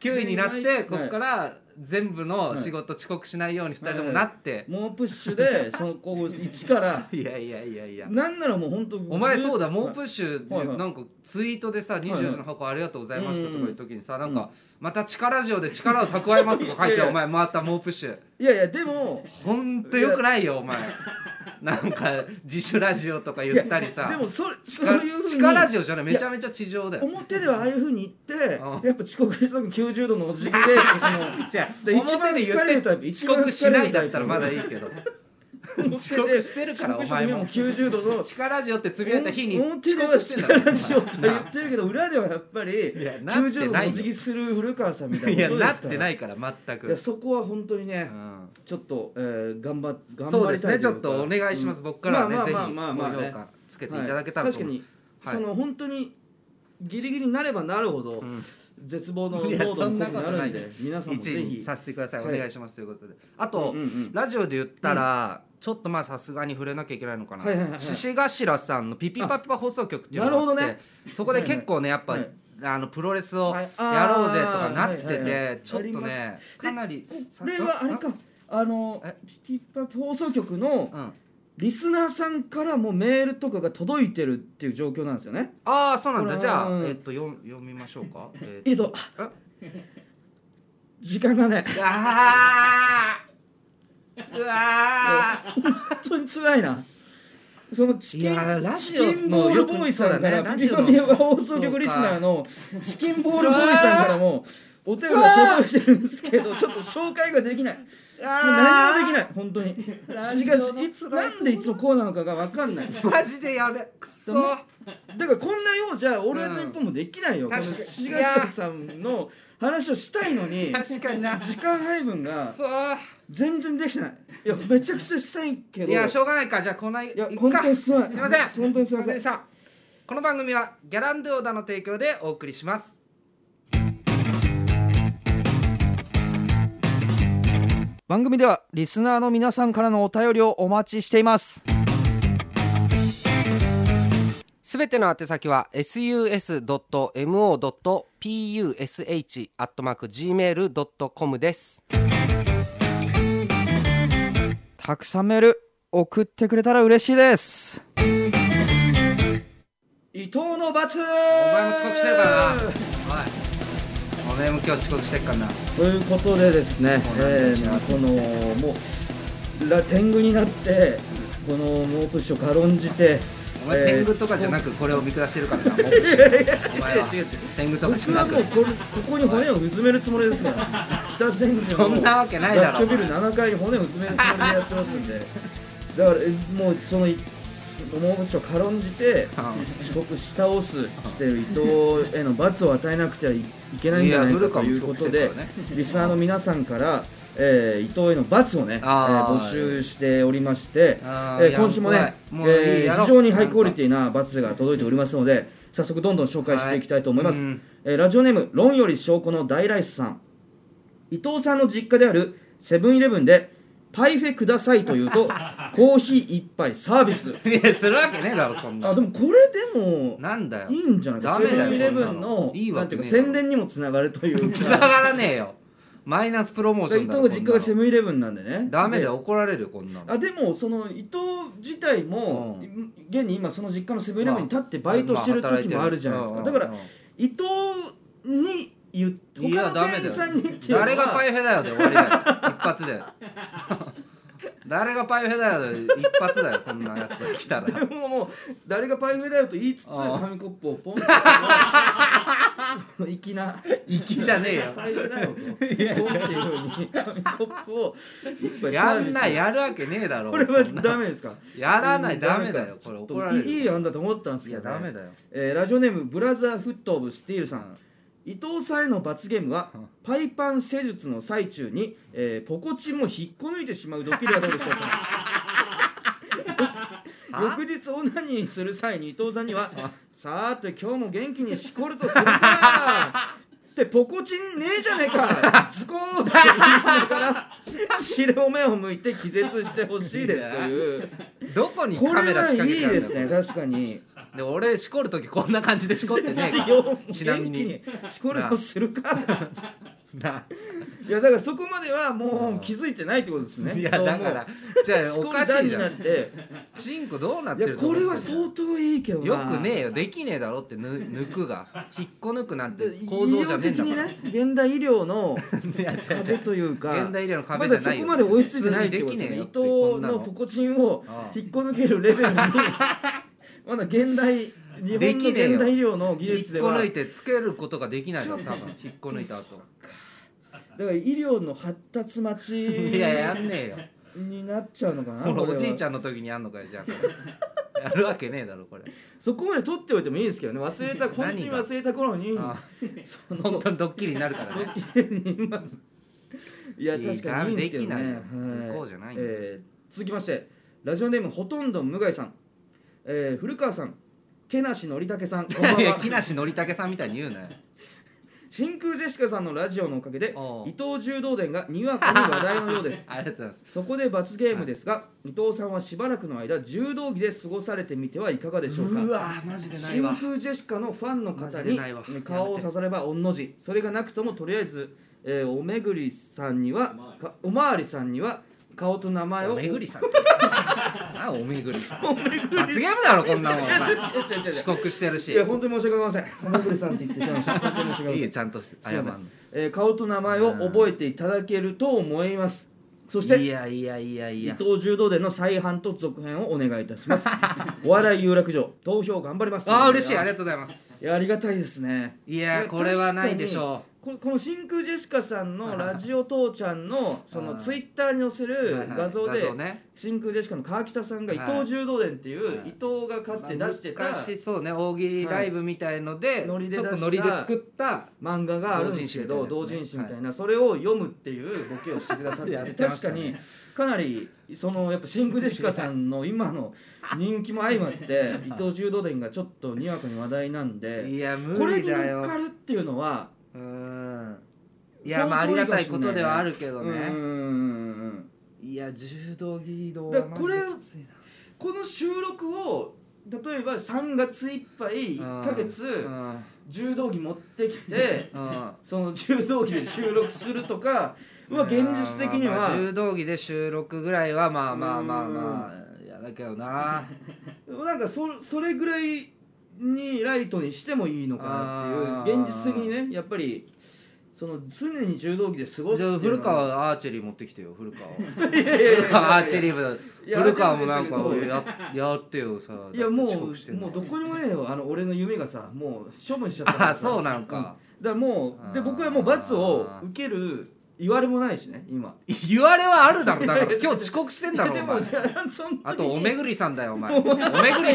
[SPEAKER 2] 9
[SPEAKER 1] 9位になっ
[SPEAKER 2] はい
[SPEAKER 1] てここから全部の仕事遅刻しないように2人ともなって、
[SPEAKER 2] 猛プッシュでそこを一から
[SPEAKER 1] いやいやいやいや
[SPEAKER 2] なんならもう本当
[SPEAKER 1] お前そうだ
[SPEAKER 2] も
[SPEAKER 1] 猛プッシュで
[SPEAKER 2] はいはい
[SPEAKER 1] なんかツイートでさ「
[SPEAKER 2] い
[SPEAKER 1] 24時の箱ありがとうございました」とかいう時にさ
[SPEAKER 2] んう
[SPEAKER 1] なんんか「また力ジオで力を蓄えます」とか書い
[SPEAKER 2] い
[SPEAKER 1] て
[SPEAKER 2] やいや
[SPEAKER 1] お前回った猛プッシュ
[SPEAKER 2] いやいやでも
[SPEAKER 1] ほんとよくないよお前なんか自主ラジオとか言ったりさ
[SPEAKER 2] でもそれそう
[SPEAKER 1] 力
[SPEAKER 2] いうふうに
[SPEAKER 1] 力ラジオじゃないめちゃめちゃ地上だよ
[SPEAKER 2] 表ではああいうふうに言って
[SPEAKER 1] うん
[SPEAKER 2] やっぱ遅刻した時90度のお辞儀でその
[SPEAKER 1] じゃあ
[SPEAKER 2] で一番
[SPEAKER 1] 表で
[SPEAKER 2] 好
[SPEAKER 1] 言
[SPEAKER 2] かれる
[SPEAKER 1] って
[SPEAKER 2] タイプ一
[SPEAKER 1] 遅
[SPEAKER 2] 番好
[SPEAKER 1] 刻
[SPEAKER 2] か
[SPEAKER 1] し
[SPEAKER 2] れ
[SPEAKER 1] ない
[SPEAKER 2] る
[SPEAKER 1] んだ
[SPEAKER 2] タイ
[SPEAKER 1] っ
[SPEAKER 2] プ
[SPEAKER 1] たらまだいいけど
[SPEAKER 2] 表で
[SPEAKER 1] 遅刻してるからお前も
[SPEAKER 2] 遅刻してる時にもう90度の
[SPEAKER 1] 力ラジオってつぶやいた日に
[SPEAKER 2] 表
[SPEAKER 1] 遅
[SPEAKER 2] では
[SPEAKER 1] 刻してんだから
[SPEAKER 2] 力しようとは言ってるけど裏ではやっぱり
[SPEAKER 1] いやなって
[SPEAKER 2] 90度
[SPEAKER 1] な
[SPEAKER 2] のお
[SPEAKER 1] い
[SPEAKER 2] 辞
[SPEAKER 1] よ
[SPEAKER 2] 儀する古川さんみたい
[SPEAKER 1] い
[SPEAKER 2] な
[SPEAKER 1] や
[SPEAKER 2] ことで
[SPEAKER 1] なっ
[SPEAKER 2] すから
[SPEAKER 1] てないから全
[SPEAKER 2] いや
[SPEAKER 1] く、
[SPEAKER 2] そこは本当にね
[SPEAKER 1] うん
[SPEAKER 2] ちょっと、えー、頑張っ頑
[SPEAKER 1] そう
[SPEAKER 2] 張
[SPEAKER 1] で
[SPEAKER 2] り
[SPEAKER 1] す
[SPEAKER 2] たい
[SPEAKER 1] ね
[SPEAKER 2] と
[SPEAKER 1] ち
[SPEAKER 2] い
[SPEAKER 1] ょっとお願いします、
[SPEAKER 2] うん
[SPEAKER 1] 僕からはね、
[SPEAKER 2] まあ
[SPEAKER 1] ぜひ
[SPEAKER 2] まあ
[SPEAKER 1] 高
[SPEAKER 2] まあまあまあね
[SPEAKER 1] 評価つけていただけたら
[SPEAKER 2] はい
[SPEAKER 1] と
[SPEAKER 2] 確か
[SPEAKER 1] 思う、
[SPEAKER 2] に、
[SPEAKER 1] はい
[SPEAKER 2] その本当にギリギリになればなるほど、
[SPEAKER 1] うん
[SPEAKER 2] 絶望のモ
[SPEAKER 1] いや
[SPEAKER 2] ードにな
[SPEAKER 1] そんなことな
[SPEAKER 2] るん
[SPEAKER 1] い
[SPEAKER 2] で皆さんもぜ
[SPEAKER 1] 1位に
[SPEAKER 2] ひ
[SPEAKER 1] させてください、
[SPEAKER 2] はい
[SPEAKER 1] お願いしますということであと、
[SPEAKER 2] うんうん
[SPEAKER 1] ラジオで言ったら、ちょっとまあさすがに触れなきゃいけないのかな、
[SPEAKER 2] はいはいはい
[SPEAKER 1] 獅子頭さんの「ピピパピパ」放送局っていうのがあって
[SPEAKER 2] あなるほどね
[SPEAKER 1] そこで結構ねやっぱ、
[SPEAKER 2] はい
[SPEAKER 1] あのプロレスを
[SPEAKER 2] は
[SPEAKER 1] や
[SPEAKER 2] いあー
[SPEAKER 1] ろうぜとかなってて、
[SPEAKER 2] はいはいはい
[SPEAKER 1] ちょっと
[SPEAKER 2] あ
[SPEAKER 1] ねかなり
[SPEAKER 2] これはあれかあの
[SPEAKER 1] え
[SPEAKER 2] ピピッパ放送局の
[SPEAKER 1] うん、
[SPEAKER 2] リスナーさんからもメールとかが届いてるっていう状況なんですよね
[SPEAKER 1] ああそうなんだじゃあ、
[SPEAKER 2] うん
[SPEAKER 1] えっと読読みましょうかえ
[SPEAKER 2] えっと
[SPEAKER 1] あ
[SPEAKER 2] 時間がね
[SPEAKER 1] うわーうわ
[SPEAKER 2] 本当に辛いなそのチ
[SPEAKER 1] い
[SPEAKER 2] キン
[SPEAKER 1] やーラジオ
[SPEAKER 2] チキンボールボーイさんか
[SPEAKER 1] もうよく
[SPEAKER 2] ら
[SPEAKER 1] そうだね
[SPEAKER 2] ピピパ
[SPEAKER 1] ラジ
[SPEAKER 2] ピ
[SPEAKER 1] オの
[SPEAKER 2] パ放送局リスナーのチキンボールボーイさんからもお便りが届いてるんですけどちょっと紹介ができないも
[SPEAKER 1] ー
[SPEAKER 2] う何もできない本当にしかしいつなんでいつもこうなのかが分かんない
[SPEAKER 1] マジでやべくそ
[SPEAKER 2] だねだからこんなようじゃ俺と一本もできないよ、
[SPEAKER 1] うん
[SPEAKER 2] この
[SPEAKER 1] 確かに
[SPEAKER 2] 志賀さんの話をしたいのに
[SPEAKER 1] 確かにな
[SPEAKER 2] 時間配分が
[SPEAKER 1] くそ
[SPEAKER 2] 全然できてないいやめちゃくちゃしたいけど
[SPEAKER 1] いやしょうがないかじゃあこんない
[SPEAKER 2] いや
[SPEAKER 1] いっ
[SPEAKER 2] 本
[SPEAKER 1] か
[SPEAKER 2] 当にすまない
[SPEAKER 1] すいません
[SPEAKER 2] 本当にすいません
[SPEAKER 1] でしたこの番組はギャランドゥオダの提供でお送りします
[SPEAKER 2] 番組ではリスナーの皆さんからのお便りをお待ちしています
[SPEAKER 3] すべての宛先は sus.mo.push.gmail.com です。
[SPEAKER 2] たくさんメール送ってくれたら嬉しいです伊藤の罰お
[SPEAKER 1] お
[SPEAKER 2] 前
[SPEAKER 1] 前も遅刻してるからなおいお前も今日遅刻してっからな
[SPEAKER 2] ということでですね、
[SPEAKER 1] この
[SPEAKER 2] え
[SPEAKER 1] 道
[SPEAKER 2] ー
[SPEAKER 1] は
[SPEAKER 2] このもうら天狗になってこの猛プッシュを軽んじて
[SPEAKER 1] お前天狗とかじゃなくこれを見下してるからなもうお前は天狗とかじ
[SPEAKER 2] 僕
[SPEAKER 1] ゃな
[SPEAKER 2] はもう
[SPEAKER 1] く
[SPEAKER 2] これここに骨を埋めるつもりです から北千住の
[SPEAKER 1] そんなわけないだろ
[SPEAKER 2] 雑居ビル7階に骨を埋めるつもりでやってますんでだからえもうそのい猛プッシュを軽んじて遅刻し倒すしてる伊藤への罰を与えなくてはいけないんじゃない
[SPEAKER 1] いや
[SPEAKER 2] かということで、
[SPEAKER 1] 古川も遅刻してる
[SPEAKER 2] リスナーの皆さんから、えー伊藤への罰をね、えー
[SPEAKER 1] あー
[SPEAKER 2] 募集しておりまして、え
[SPEAKER 1] あー
[SPEAKER 2] ー今週も
[SPEAKER 1] いや
[SPEAKER 2] ね
[SPEAKER 1] 怖いもういい
[SPEAKER 2] えー
[SPEAKER 1] やろう
[SPEAKER 2] 非常にハイクオリティな罰が届いておりますので早速どんどん紹介していきたいと思います、
[SPEAKER 1] はいうん
[SPEAKER 2] えーラジオネーム「論より証拠の大ライスさん」伊藤さんの実家であるセブンイレブンで「パイフェください」と言う とコーヒー一杯サービス
[SPEAKER 1] いやするわけねえだろそんな
[SPEAKER 2] あでもこれでも
[SPEAKER 1] なんだよ
[SPEAKER 2] いいんじゃないか
[SPEAKER 1] ダ
[SPEAKER 2] セ
[SPEAKER 1] メだよ
[SPEAKER 2] ブンイレブン
[SPEAKER 1] こん
[SPEAKER 2] の
[SPEAKER 1] なのいいわ
[SPEAKER 2] なんて
[SPEAKER 1] け
[SPEAKER 2] いう
[SPEAKER 1] ね
[SPEAKER 2] か
[SPEAKER 1] えだろ
[SPEAKER 2] 宣伝にもつながるという か
[SPEAKER 1] 繋がらねえよマイナスプロモーショ
[SPEAKER 2] 伊
[SPEAKER 1] ンだ
[SPEAKER 2] 藤
[SPEAKER 1] ろ
[SPEAKER 2] の実家が
[SPEAKER 1] こ
[SPEAKER 2] セ
[SPEAKER 1] ん
[SPEAKER 2] ブ
[SPEAKER 1] なの
[SPEAKER 2] ンイレブンなんでね
[SPEAKER 1] ダメだ
[SPEAKER 2] で
[SPEAKER 1] よ怒られるよこんなの
[SPEAKER 2] あでもその伊藤自体も、
[SPEAKER 1] う
[SPEAKER 2] 現に今その実家のセブンイレブンに立ってバイトしてる
[SPEAKER 1] まあ働
[SPEAKER 2] 時もあるじゃないですか、
[SPEAKER 1] うんうん
[SPEAKER 2] だから伊藤に言って
[SPEAKER 1] いや
[SPEAKER 2] 他の
[SPEAKER 1] ダメ
[SPEAKER 2] 店
[SPEAKER 1] だ
[SPEAKER 2] 員
[SPEAKER 1] よ
[SPEAKER 2] さんにっていうのは
[SPEAKER 1] 誰がパイフェだよで終わりだよ一発で誰がパイフェだよで一発だよこんなやつが来たら
[SPEAKER 2] で ももう誰がパイフェだよと言いつつ
[SPEAKER 1] ああ
[SPEAKER 2] 紙コップをポンとその粋な
[SPEAKER 1] 粋じゃねえ
[SPEAKER 2] パイフェだよとポンって
[SPEAKER 1] いや
[SPEAKER 2] いうふうに紙コップを一杯
[SPEAKER 1] よ
[SPEAKER 2] サ
[SPEAKER 1] や
[SPEAKER 2] ービス
[SPEAKER 1] んないやるわけねえだろ
[SPEAKER 2] これ
[SPEAKER 1] そ
[SPEAKER 2] は
[SPEAKER 1] んな
[SPEAKER 2] ダメですか
[SPEAKER 1] やらないダメだよ
[SPEAKER 2] ち
[SPEAKER 1] これ
[SPEAKER 2] ょっと
[SPEAKER 1] 怒られる
[SPEAKER 2] いい案だと思ったんです
[SPEAKER 1] い
[SPEAKER 2] けど
[SPEAKER 1] や
[SPEAKER 2] ね、
[SPEAKER 1] ダメだよ
[SPEAKER 2] えーラジオネームブラザーフットオブスティールさん伊藤さんへの罰ゲームはパイパン施術の最中に、えーポコチンも引っこ抜いてしまうドッキリはどうでしょ うか
[SPEAKER 1] は
[SPEAKER 2] 翌日オナニーする際に伊藤さんには「さーて今日も元気にしこるとするか」ってポコチンねえじゃねえかズコーって言いながら白目を向いて気絶してほしいですという
[SPEAKER 1] どこに
[SPEAKER 2] こ
[SPEAKER 1] カメ
[SPEAKER 2] れ
[SPEAKER 1] ラ
[SPEAKER 2] は
[SPEAKER 1] 仕
[SPEAKER 2] いい
[SPEAKER 1] 掛けて
[SPEAKER 2] で
[SPEAKER 1] あるん
[SPEAKER 2] す
[SPEAKER 1] だ
[SPEAKER 2] ね
[SPEAKER 1] よ
[SPEAKER 2] 確かに。
[SPEAKER 1] で俺 しこる時こんな感じでしこってねえか
[SPEAKER 2] よ
[SPEAKER 1] らちなみに
[SPEAKER 2] 元気しこれをするか
[SPEAKER 1] ない
[SPEAKER 2] やだからそこまではもう気づいてないってことですね
[SPEAKER 1] いやだからじゃあ
[SPEAKER 2] お
[SPEAKER 1] お
[SPEAKER 2] か
[SPEAKER 1] か
[SPEAKER 2] しい
[SPEAKER 1] しい
[SPEAKER 2] じ
[SPEAKER 1] じ
[SPEAKER 2] ゃ
[SPEAKER 1] ゃ
[SPEAKER 2] んに
[SPEAKER 1] ん
[SPEAKER 2] なっ て
[SPEAKER 1] チンコどうなっ
[SPEAKER 2] い
[SPEAKER 1] て
[SPEAKER 2] や
[SPEAKER 1] ると
[SPEAKER 2] こ
[SPEAKER 1] 思って
[SPEAKER 2] れ
[SPEAKER 1] ん
[SPEAKER 2] は
[SPEAKER 1] だ
[SPEAKER 2] 相当いいけどな
[SPEAKER 1] よくねえよできねえだろってぬ抜くが引っこ抜くなんて構造じゃねえん
[SPEAKER 2] 医
[SPEAKER 1] だか
[SPEAKER 2] 療
[SPEAKER 1] ら
[SPEAKER 2] 的にね現代医療の
[SPEAKER 1] いや違う違
[SPEAKER 2] 壁
[SPEAKER 1] う
[SPEAKER 2] というか
[SPEAKER 1] 現代医療の
[SPEAKER 2] ま
[SPEAKER 1] 壁じ
[SPEAKER 2] だ
[SPEAKER 1] ゃ
[SPEAKER 2] そ
[SPEAKER 1] ない
[SPEAKER 2] こ
[SPEAKER 1] よ
[SPEAKER 2] まで追いついてないってことですよね伊
[SPEAKER 1] 普
[SPEAKER 2] 藤
[SPEAKER 1] 通にできねえよってこんな
[SPEAKER 2] のポコチンを
[SPEAKER 1] ああ
[SPEAKER 2] 引っこ抜けるレベルに まだ現代日本の
[SPEAKER 1] できねえよ
[SPEAKER 2] 現代医療の技
[SPEAKER 1] 引っ
[SPEAKER 2] 術で
[SPEAKER 1] こ
[SPEAKER 2] は
[SPEAKER 1] 抜いてつけることができないよ多分引っこ抜いた後
[SPEAKER 2] だから医療の発達待ち
[SPEAKER 1] いややん ねえよ
[SPEAKER 2] になっちゃうのかな
[SPEAKER 1] ほら
[SPEAKER 2] これ
[SPEAKER 1] お
[SPEAKER 2] は
[SPEAKER 1] じいちゃんの時にやんのかよじゃあこれ やるわけねえだろこれ
[SPEAKER 2] そこまで取っておいてもいいですけどね忘れた
[SPEAKER 1] 何が
[SPEAKER 2] 本当に忘れた頃に
[SPEAKER 1] あ
[SPEAKER 2] その
[SPEAKER 1] 本当にドッキリになるからね
[SPEAKER 2] いや確かにいいんですけどね
[SPEAKER 1] いいダメできないよ
[SPEAKER 2] はい
[SPEAKER 1] こうじゃないんだよ
[SPEAKER 2] えー続きましてラジオネームほとんど無害さん、えー古川さんけなしのりたけさんこんばん
[SPEAKER 1] いや
[SPEAKER 2] は
[SPEAKER 1] 木梨憲武さんみたいに言うなよ
[SPEAKER 2] 真空ジェシカさんのラジオのおかげで
[SPEAKER 1] おう
[SPEAKER 2] 伊藤柔道伝がにわかに話題のようです
[SPEAKER 1] ありがとうございます
[SPEAKER 2] そこで罰ゲームですが、伊藤さんはしばらくの間柔道着で過ごされてみてはいかがでしょうか
[SPEAKER 1] うわマジでない
[SPEAKER 2] 真
[SPEAKER 1] わ
[SPEAKER 2] 空ジェシカのファンの
[SPEAKER 1] マ
[SPEAKER 2] 方
[SPEAKER 1] ジで
[SPEAKER 2] に
[SPEAKER 1] ないわ
[SPEAKER 2] ね顔を刺されば御の字それがなくともとりあえず、えーおめぐりさんにはかおまわりさんには顔と名前を
[SPEAKER 1] おめぐりさん ってあおめぐりさん罰ゲームだろこんなもんお前
[SPEAKER 2] 違う違う違う違う
[SPEAKER 1] 遅刻してるし
[SPEAKER 2] いや本当に申し訳ございませんおめぐりさんって言ってしまいました本当に申し訳ございま
[SPEAKER 1] いい
[SPEAKER 2] せ
[SPEAKER 1] よ
[SPEAKER 2] ん
[SPEAKER 1] ちゃんとして
[SPEAKER 2] すい
[SPEAKER 1] 謝
[SPEAKER 2] ま
[SPEAKER 1] ん
[SPEAKER 2] せ
[SPEAKER 1] の
[SPEAKER 2] ん、えー顔と名前を覚えていただけると思いますそして
[SPEAKER 1] いやいやいやい
[SPEAKER 2] 伊
[SPEAKER 1] や
[SPEAKER 2] 藤柔道伝の再販と続編をお願いいたしますお笑い有楽町投票頑張ります
[SPEAKER 1] ああ嬉しいあり
[SPEAKER 2] れ
[SPEAKER 1] がとうございます
[SPEAKER 2] いやありがたいですね
[SPEAKER 1] いやこれはないでしょ
[SPEAKER 2] このこの真空ジェシカさんのラジオ父ちゃんのそのツイッターに載せ
[SPEAKER 1] う
[SPEAKER 2] る画像
[SPEAKER 1] はいはい
[SPEAKER 2] で
[SPEAKER 1] 画ね
[SPEAKER 2] 真空ジェシカの川北さんが伊
[SPEAKER 1] はい
[SPEAKER 2] 藤柔道伝っていう
[SPEAKER 1] はい
[SPEAKER 2] 伊藤がかつて出してた
[SPEAKER 1] 昔そうね大喜利ライブみたいので、
[SPEAKER 2] ノリで
[SPEAKER 1] ち
[SPEAKER 2] 出し
[SPEAKER 1] ょったとノリで作った
[SPEAKER 2] 漫画があるんですけど同
[SPEAKER 1] 同
[SPEAKER 2] 人
[SPEAKER 1] 人
[SPEAKER 2] 誌
[SPEAKER 1] 誌
[SPEAKER 2] み
[SPEAKER 1] み
[SPEAKER 2] た
[SPEAKER 1] た
[SPEAKER 2] い
[SPEAKER 1] い
[SPEAKER 2] な、
[SPEAKER 1] な
[SPEAKER 2] それを読むっていうボケをしてく ださって
[SPEAKER 1] やってま
[SPEAKER 2] 確
[SPEAKER 1] し
[SPEAKER 2] か
[SPEAKER 1] たね
[SPEAKER 2] にかなりそのやっぱ真空ジェシカさんの今の人気も相まって 伊藤柔道伝がちょっとにわかに話題なんで
[SPEAKER 1] いや無
[SPEAKER 2] これ
[SPEAKER 1] 理
[SPEAKER 2] に
[SPEAKER 1] だ
[SPEAKER 2] 乗
[SPEAKER 1] よ
[SPEAKER 2] っかるっていうのは
[SPEAKER 1] うーんいやまああ
[SPEAKER 2] 相当
[SPEAKER 1] り
[SPEAKER 2] いいかもしれないね
[SPEAKER 1] がたいことではあるけど
[SPEAKER 2] うー
[SPEAKER 1] ね
[SPEAKER 2] ん
[SPEAKER 1] いや柔道技道
[SPEAKER 2] だ
[SPEAKER 1] は
[SPEAKER 2] から
[SPEAKER 1] マ
[SPEAKER 2] こ
[SPEAKER 1] ジ
[SPEAKER 2] れ
[SPEAKER 1] できつい
[SPEAKER 2] この収録を例えば3月いっぱい
[SPEAKER 1] な
[SPEAKER 2] 1ヶ月
[SPEAKER 1] うん
[SPEAKER 2] 柔道着持ってき て
[SPEAKER 1] うん
[SPEAKER 2] その柔道着で収録すると かは現実的に
[SPEAKER 1] まあま
[SPEAKER 2] は
[SPEAKER 1] あまあ柔道着で収録ぐらいはまあまあまあまあいやだけどな
[SPEAKER 2] なんかそそれぐらいにライトにしてもいいのかなっていう
[SPEAKER 1] あー
[SPEAKER 2] 現実的にねやっぱりその常に柔道着で過ごす
[SPEAKER 1] じ
[SPEAKER 2] って
[SPEAKER 1] ゃ
[SPEAKER 2] い
[SPEAKER 1] あ
[SPEAKER 2] う
[SPEAKER 1] 古
[SPEAKER 2] のは
[SPEAKER 1] 川アーチェリー持ってきてよ古川
[SPEAKER 2] いやいやいや
[SPEAKER 1] 古川アーチェリー部
[SPEAKER 2] いや
[SPEAKER 1] 古川もなんか
[SPEAKER 2] アーチェリー部
[SPEAKER 1] ややってよさ
[SPEAKER 2] いやも
[SPEAKER 1] だって遅刻して
[SPEAKER 2] うん
[SPEAKER 1] の
[SPEAKER 2] もうどこにもねえよあの俺の夢がさもう処分しちゃったから
[SPEAKER 1] あ
[SPEAKER 2] さ
[SPEAKER 1] そうなんか、
[SPEAKER 2] だからもうで
[SPEAKER 1] あー
[SPEAKER 2] 僕はもう罰を受ける言われもないしね今
[SPEAKER 1] 言われはあるだろだ から今日遅刻してんだろ
[SPEAKER 2] いや
[SPEAKER 1] お
[SPEAKER 2] でも
[SPEAKER 1] 前
[SPEAKER 2] じゃあその時に
[SPEAKER 1] あとおめぐりさんだよ お前おめぐり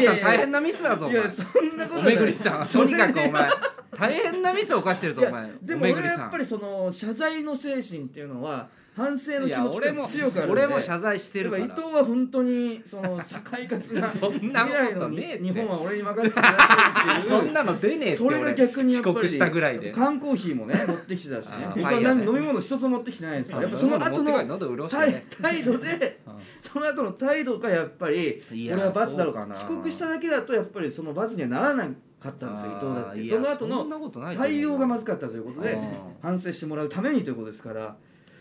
[SPEAKER 1] さん大変なミスだぞお
[SPEAKER 2] い
[SPEAKER 1] 前
[SPEAKER 2] やそんなこ
[SPEAKER 1] お
[SPEAKER 2] とない
[SPEAKER 1] めぐりさ んはとにかくお前大変なミスを犯してるぞ
[SPEAKER 2] い
[SPEAKER 1] お前
[SPEAKER 2] やでも
[SPEAKER 1] おめ
[SPEAKER 2] 俺
[SPEAKER 1] ぐ
[SPEAKER 2] は
[SPEAKER 1] りさん
[SPEAKER 2] やっぱりその謝罪の精神っていうのは反省の
[SPEAKER 1] い
[SPEAKER 2] 気
[SPEAKER 1] や
[SPEAKER 2] 持ち
[SPEAKER 1] 俺
[SPEAKER 2] が
[SPEAKER 1] も
[SPEAKER 2] 強くあるんで
[SPEAKER 1] 俺も謝罪してるから
[SPEAKER 2] やっぱ伊藤は本当にその社会活が
[SPEAKER 1] そんなこと
[SPEAKER 2] 未来の
[SPEAKER 1] ねえって
[SPEAKER 2] 日本は俺に任せてくださいっていう
[SPEAKER 1] そんなの出ねえって
[SPEAKER 2] それが逆にやっぱり
[SPEAKER 1] 遅刻したぐらいで
[SPEAKER 2] 缶コーヒーも ね持ってきてたしね
[SPEAKER 1] あー
[SPEAKER 2] 僕
[SPEAKER 1] フ
[SPEAKER 2] は
[SPEAKER 1] ァイヤー
[SPEAKER 2] 何
[SPEAKER 1] ね
[SPEAKER 2] 飲み物一つ持ってきてないんですからやっぱその後
[SPEAKER 1] 喉持って帰る
[SPEAKER 2] の
[SPEAKER 1] 喉潤して
[SPEAKER 2] 態
[SPEAKER 1] ね
[SPEAKER 2] 態度でその後の態度がやっぱりこ
[SPEAKER 1] い
[SPEAKER 2] れ
[SPEAKER 1] や
[SPEAKER 2] は罰だろう
[SPEAKER 1] そうかな
[SPEAKER 2] 遅刻しただけだとやっぱりその罰にはならなかったんですよ伊藤だってその後の
[SPEAKER 1] の
[SPEAKER 2] 対応がまず
[SPEAKER 1] く
[SPEAKER 2] かったということで
[SPEAKER 1] うん
[SPEAKER 2] 反省してもらうためにということですから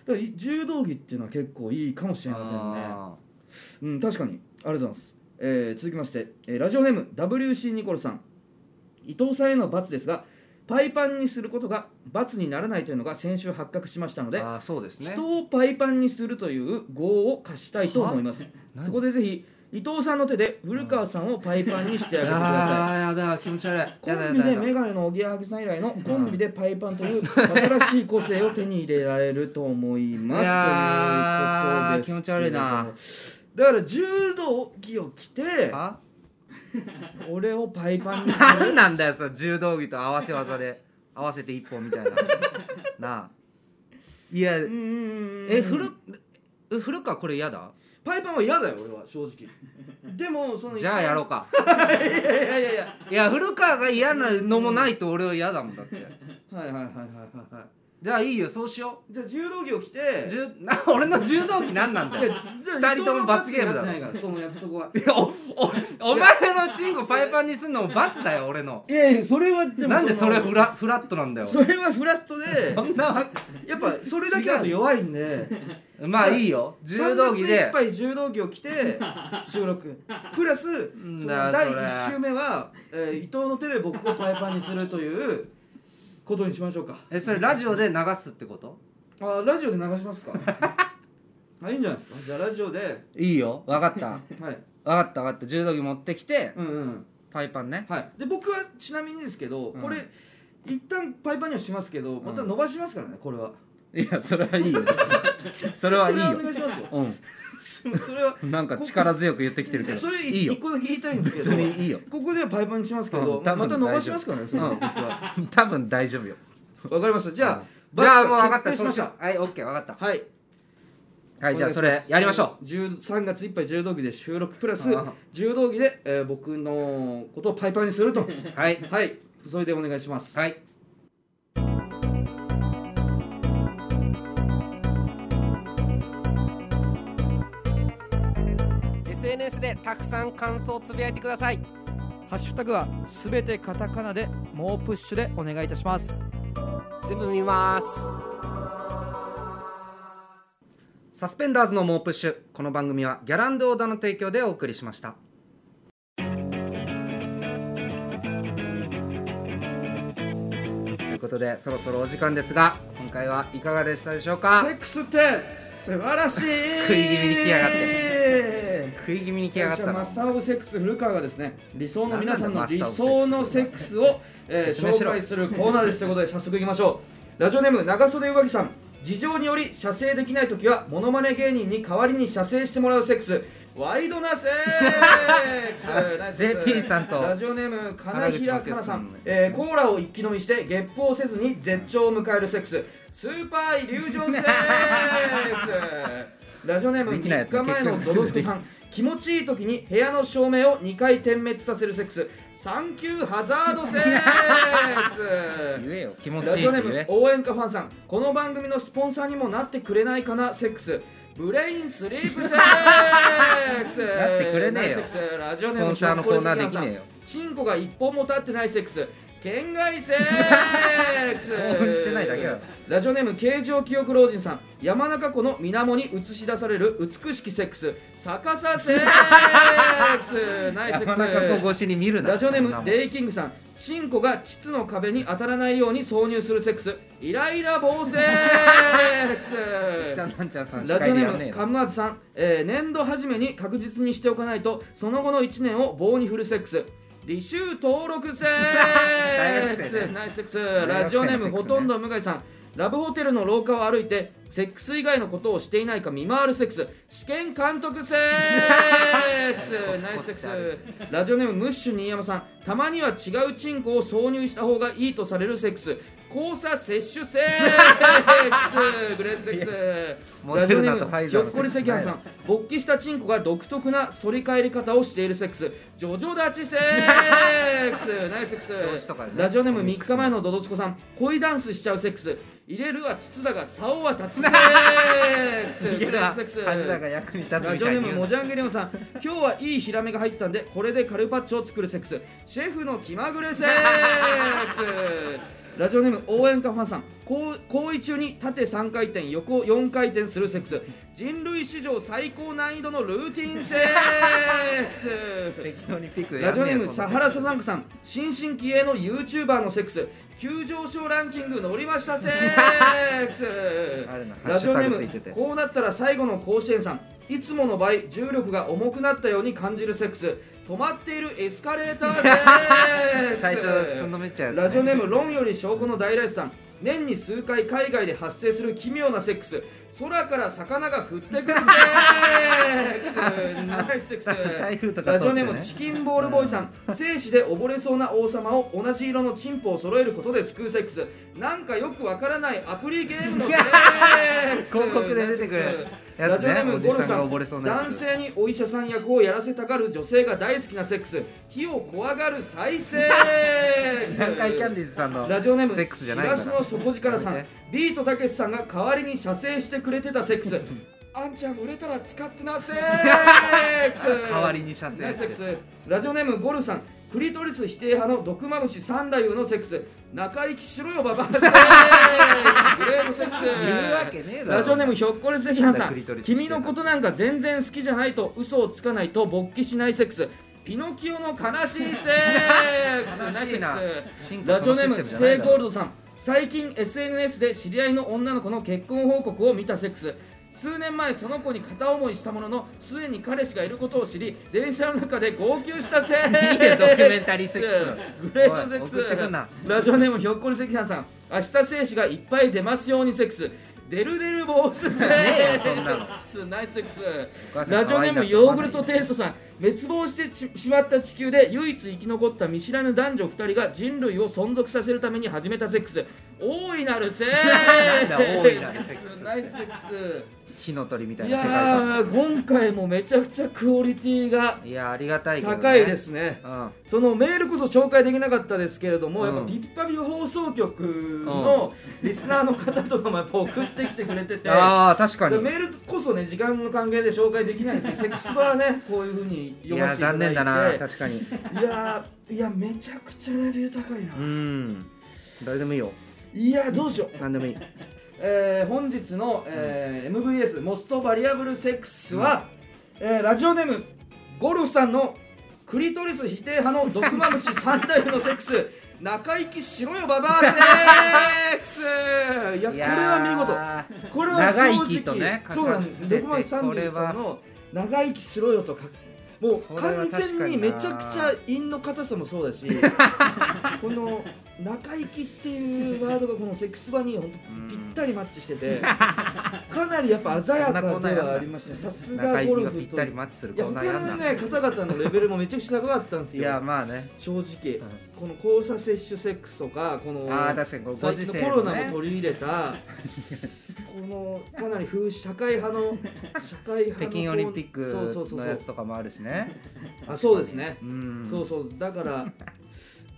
[SPEAKER 2] だから柔道着っていうのは結構いいかもしれませんねうん確かにありがとうございます、えー続きまして、えーラジオネーム WC ニコルさん伊藤さんへの罰ですがパイパンにすることが罰にならないというのが先週発覚しましたので
[SPEAKER 1] あーそうですね
[SPEAKER 2] 人をパイパンにするという業を貸したいと思います
[SPEAKER 1] 何
[SPEAKER 2] そこでぜひ伊藤さんの手で古川さんをパイパンにしてあげてください
[SPEAKER 1] あーやだ気持ち悪い
[SPEAKER 2] コ
[SPEAKER 1] やだ
[SPEAKER 2] ン
[SPEAKER 1] や
[SPEAKER 2] ビ
[SPEAKER 1] だ
[SPEAKER 2] で
[SPEAKER 1] やだ
[SPEAKER 2] メガネのおぎやはぎさん以来のコンビでパイパンという新しい個性を手に入れられると思います
[SPEAKER 1] い
[SPEAKER 2] ということですけれど
[SPEAKER 1] やー
[SPEAKER 2] も
[SPEAKER 1] 気持ち悪いな
[SPEAKER 2] だから柔道着を着て
[SPEAKER 1] あ
[SPEAKER 2] 俺をパイパン にす
[SPEAKER 1] なん
[SPEAKER 2] る
[SPEAKER 1] なんだよその柔道着と合わせ技で合わせて一本みたいななあいや
[SPEAKER 2] うーん
[SPEAKER 1] え古え古川これ嫌だ
[SPEAKER 2] パイパンは嫌だよ俺は 正直でもその
[SPEAKER 1] じゃあやろうか
[SPEAKER 2] いやいやいやいや
[SPEAKER 1] いや古川が嫌なのもないと俺は嫌だもんだって
[SPEAKER 2] はいはいはいはいはいはい
[SPEAKER 1] じゃあいいよそうしよ
[SPEAKER 2] じゃあ柔道着を着て
[SPEAKER 1] う柔 俺の柔道着何なんだ
[SPEAKER 2] いや
[SPEAKER 1] よ
[SPEAKER 2] 二
[SPEAKER 1] 人とも罰ゲームだろ
[SPEAKER 2] ないからそのやっぱそこはい
[SPEAKER 1] やおおお前のチンコパイパンにすんのも罰だよ俺の
[SPEAKER 2] いやいやそれはで
[SPEAKER 1] なんでそれフ
[SPEAKER 2] フ
[SPEAKER 1] ラフラットなんだよ
[SPEAKER 2] それはフラット で
[SPEAKER 1] そんなわ
[SPEAKER 2] やっぱそれだけだと弱いんで
[SPEAKER 1] けまあいいよ柔道着
[SPEAKER 2] 3月い
[SPEAKER 1] で
[SPEAKER 2] っぱい柔道着を着 て収録プラス
[SPEAKER 1] ん
[SPEAKER 2] そ
[SPEAKER 1] だ
[SPEAKER 2] の
[SPEAKER 1] よ
[SPEAKER 2] 第
[SPEAKER 1] それ
[SPEAKER 2] 1週目は、えー伊藤の手で僕をパイパンにするということにしましょうか
[SPEAKER 1] えそれラジオで流すってこと
[SPEAKER 2] あラジオで流しますか あいいんじゃないですかじゃあラジオで
[SPEAKER 1] いいよ分かった
[SPEAKER 2] はい
[SPEAKER 1] 分かった分かった柔道着持ってきて
[SPEAKER 2] うんうん
[SPEAKER 1] パイパンね
[SPEAKER 2] はいで僕はちなみにですけどこれ、一旦パイパンにはしますけどまた伸ばしますからねこれはい
[SPEAKER 1] やそれはいい よ別にそれはいい
[SPEAKER 2] お願
[SPEAKER 1] よ
[SPEAKER 2] いしますよ
[SPEAKER 1] う
[SPEAKER 2] そそれは
[SPEAKER 1] んなんか力強く言ってきてるけど
[SPEAKER 2] それ
[SPEAKER 1] いいよ
[SPEAKER 2] 一個だけ言いたいんですけ
[SPEAKER 1] 別
[SPEAKER 2] ど
[SPEAKER 1] にいいよ
[SPEAKER 2] ここではパイパンにしますけど、
[SPEAKER 1] うん多分
[SPEAKER 2] また伸ばしますからね、その僕は。
[SPEAKER 1] 多分大 丈夫よ
[SPEAKER 2] わかりました。じゃあ、
[SPEAKER 1] じゃあもう分かっ
[SPEAKER 2] 罰
[SPEAKER 1] た
[SPEAKER 2] が決定しまし
[SPEAKER 1] そうしようはいオッケー分かった
[SPEAKER 2] た。はい。
[SPEAKER 1] はいじゃあそれやりましょ
[SPEAKER 2] う。10 3月いっぱい柔道着で収録プラス
[SPEAKER 1] うん、
[SPEAKER 2] 柔道着で、えー僕のことをパイパンにすると。
[SPEAKER 1] うはい
[SPEAKER 2] はい。それでお願いします。
[SPEAKER 1] はい
[SPEAKER 3] す SNS でたくさん感想をつぶやいてください
[SPEAKER 4] ハッシュタグはすべてカタカナで猛プッシュでお願いいたします
[SPEAKER 3] 全部見ます
[SPEAKER 1] サスペンダーズの猛プッシュこの番組はギャランドオーダーの提供でお送りしましたということでそろそろお時間ですが今回はいかがでしたでしょう
[SPEAKER 2] セ
[SPEAKER 1] か
[SPEAKER 2] ックスって素晴らしい。
[SPEAKER 1] 食い気味に来やがって食い気味に来やが
[SPEAKER 2] 会
[SPEAKER 1] った
[SPEAKER 2] 社マ
[SPEAKER 1] な
[SPEAKER 2] スター・オブ・セックス古川がですね理想の皆さんの
[SPEAKER 1] なんなん
[SPEAKER 2] 理
[SPEAKER 1] だ
[SPEAKER 2] 想のセックスを、えー
[SPEAKER 1] 説明し
[SPEAKER 2] 紹
[SPEAKER 1] ろ
[SPEAKER 2] 介するコーナーですということで早速いきましょうラジオネーム長袖上着さん事情により射精できない時はモノマネ芸人に代わりに射精してもらうセックスワイドなセッ クスナイスセックス
[SPEAKER 1] JP さんと
[SPEAKER 2] ラジオネーム金平かなさん
[SPEAKER 1] 原口真希さん、
[SPEAKER 2] えーコーラを一気飲みしてゲップをせずに絶頂を迎えるセックススーパーイリュージョンセック スラジオネーム
[SPEAKER 1] できないや
[SPEAKER 2] 3
[SPEAKER 1] つ
[SPEAKER 2] 日前のドドスコさん気持ちいい時に部屋の照明を2回点滅させるセックスサンキューハザードセッ ク
[SPEAKER 1] 言えよ気持
[SPEAKER 2] ス
[SPEAKER 1] ち
[SPEAKER 2] ラ
[SPEAKER 1] い
[SPEAKER 2] ジ
[SPEAKER 1] い
[SPEAKER 2] オ
[SPEAKER 1] っ
[SPEAKER 2] ネ
[SPEAKER 1] て
[SPEAKER 2] ー
[SPEAKER 1] 言
[SPEAKER 2] ム
[SPEAKER 1] え
[SPEAKER 2] 応援歌ファンさんこの番組のスポンサーにもなってくれないかなセックスブレインスリープセックス
[SPEAKER 1] なってくれねえ
[SPEAKER 2] ナイ
[SPEAKER 1] よ
[SPEAKER 2] スセックスラジオネーム
[SPEAKER 1] スポンサーのコーナーできねえよ
[SPEAKER 2] チンコが一本も立ってないセックス県外セックス
[SPEAKER 1] 興奮してないだけだろ
[SPEAKER 2] ラジオネーム形状記憶老人さん山中湖の水面に映し出される美しきセックス逆さセックスナイスセッ
[SPEAKER 1] 山中湖
[SPEAKER 2] ク
[SPEAKER 1] 越しに見る
[SPEAKER 2] ス
[SPEAKER 1] な
[SPEAKER 2] ラジオネ
[SPEAKER 1] そんな
[SPEAKER 2] ー
[SPEAKER 1] も
[SPEAKER 2] ム
[SPEAKER 1] ん
[SPEAKER 2] デイキングさんチンコが膣の壁に当たらないように挿入するセックスイライラ棒セックス
[SPEAKER 1] ちゃんなんちゃんさん司
[SPEAKER 2] ラジ
[SPEAKER 1] 会
[SPEAKER 2] オ
[SPEAKER 1] で
[SPEAKER 2] ネ
[SPEAKER 1] やん
[SPEAKER 2] ー
[SPEAKER 1] ねえ
[SPEAKER 2] ム
[SPEAKER 1] の
[SPEAKER 2] カムアズさん、えー年度初めに確実にしておかないとその後の1年を棒に振るセックス履修登録セック
[SPEAKER 1] 大学生
[SPEAKER 2] ス
[SPEAKER 1] ね
[SPEAKER 2] ナイスセック
[SPEAKER 1] 学生
[SPEAKER 2] ス
[SPEAKER 1] の
[SPEAKER 2] ラジオネー
[SPEAKER 1] セッ
[SPEAKER 2] ム
[SPEAKER 1] クスね
[SPEAKER 2] ほとんど向井さんラブホテルの廊下を歩いてセックス以外のことをしていないか見回るセックス試験監督セッ クスナイスセックスラジオネームムッシュ新山さんたまには違うチンコを挿入した方がいいとされるセックス交差摂取セックスグレーズセックス
[SPEAKER 1] モ
[SPEAKER 2] ラジ
[SPEAKER 1] デ
[SPEAKER 2] オ
[SPEAKER 1] ル
[SPEAKER 2] ネ
[SPEAKER 1] ナとファ
[SPEAKER 2] ーム
[SPEAKER 1] イ
[SPEAKER 2] ひ
[SPEAKER 1] ザー
[SPEAKER 2] ょっ
[SPEAKER 1] の
[SPEAKER 2] こ
[SPEAKER 1] セックス
[SPEAKER 2] り赤飯さん勃起したチンコが独特な反り返り方をしているセックスジョジョ立ちセックスナイスセッ
[SPEAKER 1] 調
[SPEAKER 2] ク
[SPEAKER 1] 子
[SPEAKER 2] ス、
[SPEAKER 1] とかね
[SPEAKER 2] ラジオネーム3日前のドドツコさん恋ダンスしちゃうセックス入れるは筒だが竿は立つセックス
[SPEAKER 1] 逃
[SPEAKER 2] グ
[SPEAKER 1] げる
[SPEAKER 2] レー
[SPEAKER 1] は
[SPEAKER 2] ズセックス
[SPEAKER 1] 恥だが役に立つみたい
[SPEAKER 2] ラ
[SPEAKER 1] に
[SPEAKER 2] ジオネー
[SPEAKER 1] 言
[SPEAKER 2] ム
[SPEAKER 1] う
[SPEAKER 2] モジャンゲリオンさん今日はいいヒラメが入ったんでこれでカルパッチョを作るセックスシェフの気まぐれセックスラジオネーム応援歌ファンさん行行為中に縦3回転横4回転するセックス人類史上最高難易度のルーティンセックス
[SPEAKER 1] 北京オリンピックや
[SPEAKER 2] ラ
[SPEAKER 1] ん
[SPEAKER 2] ジ
[SPEAKER 1] ね
[SPEAKER 2] オ
[SPEAKER 1] えよ
[SPEAKER 2] ネーム
[SPEAKER 1] そん
[SPEAKER 2] サ
[SPEAKER 1] な
[SPEAKER 2] ハラサザンクさん新進気鋭の YouTuber のセックス急上昇ランキング乗りま したセックス
[SPEAKER 1] あるな
[SPEAKER 2] ラジオネ
[SPEAKER 1] ハッシュタグついて
[SPEAKER 2] ー
[SPEAKER 1] て
[SPEAKER 2] ムこうなったら最後の甲子園さんいつもの倍重力が重くなったように感じるセックス止まっているエスカレーターセックス
[SPEAKER 1] 最初つんのめっちゃう
[SPEAKER 2] ラ
[SPEAKER 1] やつね
[SPEAKER 2] ジオネーム論より証拠の大来さん年に数回海外で発生する奇妙なセックス空から魚が降ってくるセックスナイスセックス
[SPEAKER 1] 台風と
[SPEAKER 2] ラ
[SPEAKER 1] か通ってね
[SPEAKER 2] ジオネームチキンボールボーイさん生死で溺れそうな王様を同じ色のチンポを揃えることで救うセックスなんかよくわからないアプリゲームのセックス
[SPEAKER 1] 広告で出てくるやつね
[SPEAKER 2] ラジオネームゴルさ
[SPEAKER 1] おじさんが溺れそうんなやつ
[SPEAKER 2] 男性にお医者さん役をやらせたがる女性が大好きなセックス火を怖がる再生
[SPEAKER 1] 南海キャンディーズさんの
[SPEAKER 2] ラジオネーム
[SPEAKER 1] セックスじゃないから
[SPEAKER 2] 東の底力さ
[SPEAKER 1] や
[SPEAKER 2] ん
[SPEAKER 1] めて
[SPEAKER 2] ビートたけしさんが代わりに射精してくれてたセック スあんちゃん売れたら使ってなセックス
[SPEAKER 1] 代わりに射精して
[SPEAKER 2] ナイスセックスラジオネームゴルフさんクリトリス否定派の毒まぶし三太夫のセックス中生きしろよババアセックスグレームセックス
[SPEAKER 1] 言うわけねえだろ
[SPEAKER 2] ラジオネームひょっこり赤飯さ
[SPEAKER 1] クリト
[SPEAKER 2] ん
[SPEAKER 1] リス否定
[SPEAKER 2] 君のことなんか全然好きじゃないと嘘をつかないと勃起しないセックスピノキオの悲しいセックス ナイスセックス
[SPEAKER 1] 進化
[SPEAKER 2] ラ
[SPEAKER 1] そ
[SPEAKER 2] ジオ
[SPEAKER 1] の
[SPEAKER 2] ネーム
[SPEAKER 1] シ
[SPEAKER 2] 地
[SPEAKER 1] ステじゃない
[SPEAKER 2] 底ゴー
[SPEAKER 1] だろ
[SPEAKER 2] ルドさん最近 SNS で知り合いの女の子の結婚報告を見たセックス数年前その子に片思いしたもののすでに彼氏がいることを知り電車の中で号泣したセックス
[SPEAKER 1] いいよドキュメンタリーセックス
[SPEAKER 2] グレートセック
[SPEAKER 1] おい送ってくんな
[SPEAKER 2] スラジオネームひょっこり関さんさん明日精子がいっぱい出ますようにセックスデルデルボースセ
[SPEAKER 1] ねえよそんな
[SPEAKER 2] ックス ナイスセック
[SPEAKER 1] お母
[SPEAKER 2] ス
[SPEAKER 1] さん
[SPEAKER 2] ラジオネームヨーグルトテイストさん滅亡してししまった地球で唯一生き残った見知らぬ男女2人が人類を存続させるために始めたセックス大いなるセック
[SPEAKER 1] ん
[SPEAKER 2] ス
[SPEAKER 1] だ大いなるセックス
[SPEAKER 2] ナイスセック
[SPEAKER 1] 火の鳥みた
[SPEAKER 2] ス
[SPEAKER 1] い
[SPEAKER 2] い
[SPEAKER 1] な世界
[SPEAKER 2] や
[SPEAKER 1] 観
[SPEAKER 2] ー今回もめちゃくちゃクオリティが
[SPEAKER 1] いやーありがたいけど、ね、
[SPEAKER 2] 高いですね
[SPEAKER 1] うん
[SPEAKER 2] そのメールこそ紹介できなかったですけれども、
[SPEAKER 1] うん
[SPEAKER 2] やっぱピッパビ放送局のリスナーの方とかもやっぱ送ってきてくれてて。
[SPEAKER 1] ああ確か
[SPEAKER 2] で
[SPEAKER 1] に
[SPEAKER 2] メールこそね時間の関係で紹介できないんですけ どセックスバーねこういうふうに
[SPEAKER 1] い
[SPEAKER 2] 読ま
[SPEAKER 1] や
[SPEAKER 2] せ
[SPEAKER 1] ー
[SPEAKER 2] ていただい
[SPEAKER 1] 残
[SPEAKER 2] て
[SPEAKER 1] 念だな確かに
[SPEAKER 2] いやーいやめちゃくちゃレビュー高いな、
[SPEAKER 1] うん誰でもいいよ
[SPEAKER 2] いやどうしよう
[SPEAKER 1] 何でもいい
[SPEAKER 2] えー本日の、えー MVS モストバリアブルセックスは、えーラジオネームゴルフさんのクリトリス否定派の毒まぶし三代のセック ス中生きしろよババアセックスいやこれは
[SPEAKER 1] は
[SPEAKER 2] 見事これは正直
[SPEAKER 1] 長生きとね
[SPEAKER 2] そうな
[SPEAKER 1] か
[SPEAKER 2] ん
[SPEAKER 1] かってて
[SPEAKER 2] 毒まぶし三代さんの長生きしろよとかもう
[SPEAKER 1] これは
[SPEAKER 2] 完
[SPEAKER 1] 確かに
[SPEAKER 2] 全
[SPEAKER 1] な
[SPEAKER 2] にめちゃくちゃ韻の硬さもそう だしこの中生きっていうワードがこのセックス場に本当ぴったりマッチして てかなりやっぱ鮮やかではありましたねさす
[SPEAKER 1] 中
[SPEAKER 2] が
[SPEAKER 1] 井
[SPEAKER 2] ゴ
[SPEAKER 1] 貴
[SPEAKER 2] ル
[SPEAKER 1] が
[SPEAKER 2] フ
[SPEAKER 1] ぴっ
[SPEAKER 2] と
[SPEAKER 1] たりマッチする
[SPEAKER 2] いや
[SPEAKER 1] こんな
[SPEAKER 2] 他
[SPEAKER 1] んやん
[SPEAKER 2] の
[SPEAKER 1] な
[SPEAKER 2] ね方々のレベルもめちゃくちゃ高かったんです
[SPEAKER 1] いや
[SPEAKER 2] よ
[SPEAKER 1] まあね
[SPEAKER 2] 正直
[SPEAKER 1] うん
[SPEAKER 2] この交差接種セックスとかこの
[SPEAKER 1] あー確かにこのご
[SPEAKER 2] 最
[SPEAKER 1] 時
[SPEAKER 2] 近の
[SPEAKER 1] 世のね
[SPEAKER 2] コロナも取り入れ たこのかなり風社会派 の社会派の
[SPEAKER 1] 北京オリンピッ
[SPEAKER 2] そうそう
[SPEAKER 1] ク
[SPEAKER 2] そう
[SPEAKER 1] の
[SPEAKER 2] そ
[SPEAKER 1] や
[SPEAKER 2] う
[SPEAKER 1] つとかもあるしね
[SPEAKER 2] あそうですね
[SPEAKER 1] うん
[SPEAKER 2] そうそうだから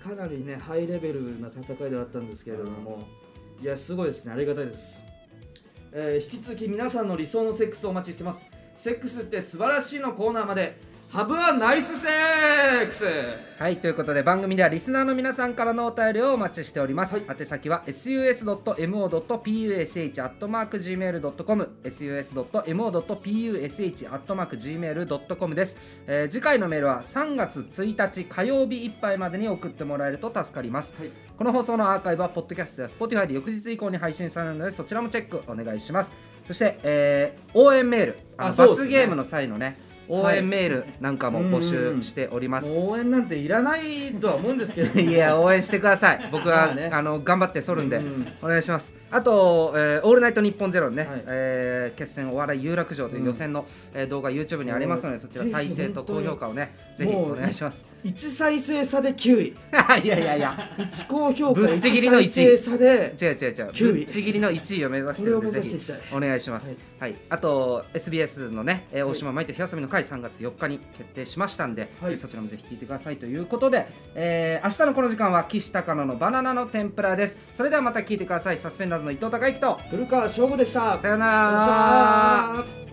[SPEAKER 2] かなりねハイレベルな戦いではあったんですけれども、いやすごいですねありがたいです、えー引き続き皆さんの理想のセックスをお待ちしてますセックスって素晴らしいのコーナーまでハブはナイスセックス
[SPEAKER 1] はいということで番組ではリスナーの皆さんからのお便りをお待ちしております、宛先は sus.mo.push.gmail.com sus.mo.push.gmail.com です、えー次回のメールは3月1日火曜日いっぱいまでに送ってもらえると助かります
[SPEAKER 2] はい
[SPEAKER 1] この放送のアーカイブはポッドキャストや Spotify で翌日以降に配信されるのでそちらもチェックお願いしますそして、えー応援メールあの
[SPEAKER 2] あそうです
[SPEAKER 1] 罰
[SPEAKER 2] ね
[SPEAKER 1] ゲームの際のね応援メールなんかも募
[SPEAKER 2] はいうんう
[SPEAKER 1] 集
[SPEAKER 2] ん
[SPEAKER 1] しております、
[SPEAKER 2] もう応援なんていらないとは思うんですけど
[SPEAKER 1] いや応援してくださ い僕は、
[SPEAKER 2] まあ
[SPEAKER 1] あ
[SPEAKER 2] ね
[SPEAKER 1] の頑張って剃るんで、
[SPEAKER 2] うんうん
[SPEAKER 1] お願いしますあと、えーオールナイトニッポンゼロ」ね、
[SPEAKER 2] はい
[SPEAKER 1] えー決戦お笑い有楽町」という予選の、えー動画 YouTube にありますのでそちら
[SPEAKER 2] もう
[SPEAKER 1] 再生と高評価をねぜひ
[SPEAKER 2] もう
[SPEAKER 1] お願いします
[SPEAKER 2] 1再生差で9位
[SPEAKER 1] いやいやいや
[SPEAKER 2] 1高評価
[SPEAKER 1] ぶっちぎりの1
[SPEAKER 2] 1再生差で
[SPEAKER 1] 違う違う違う
[SPEAKER 2] 9位
[SPEAKER 1] ぶっちぎりの1位を目指してる
[SPEAKER 2] これ
[SPEAKER 1] ん
[SPEAKER 2] を目
[SPEAKER 1] で
[SPEAKER 2] 指して
[SPEAKER 1] ぜ
[SPEAKER 2] いき
[SPEAKER 1] ひ
[SPEAKER 2] たい
[SPEAKER 1] お願いします、は
[SPEAKER 2] はいい
[SPEAKER 1] あと SBS のね、えー
[SPEAKER 2] はい
[SPEAKER 1] 大島舞と日休みの会3月4日に決定しましたんで、
[SPEAKER 2] はい
[SPEAKER 1] えーそちらもぜひ聞いてくださいということで、えー明日のこの時間は岸高野のバナナの天ぷらですそれではまた聞いてくださいサスペンダーズの伊藤孝之と
[SPEAKER 2] 古川翔吾でした
[SPEAKER 1] さよ
[SPEAKER 2] よっし
[SPEAKER 1] うなら
[SPEAKER 2] ゃー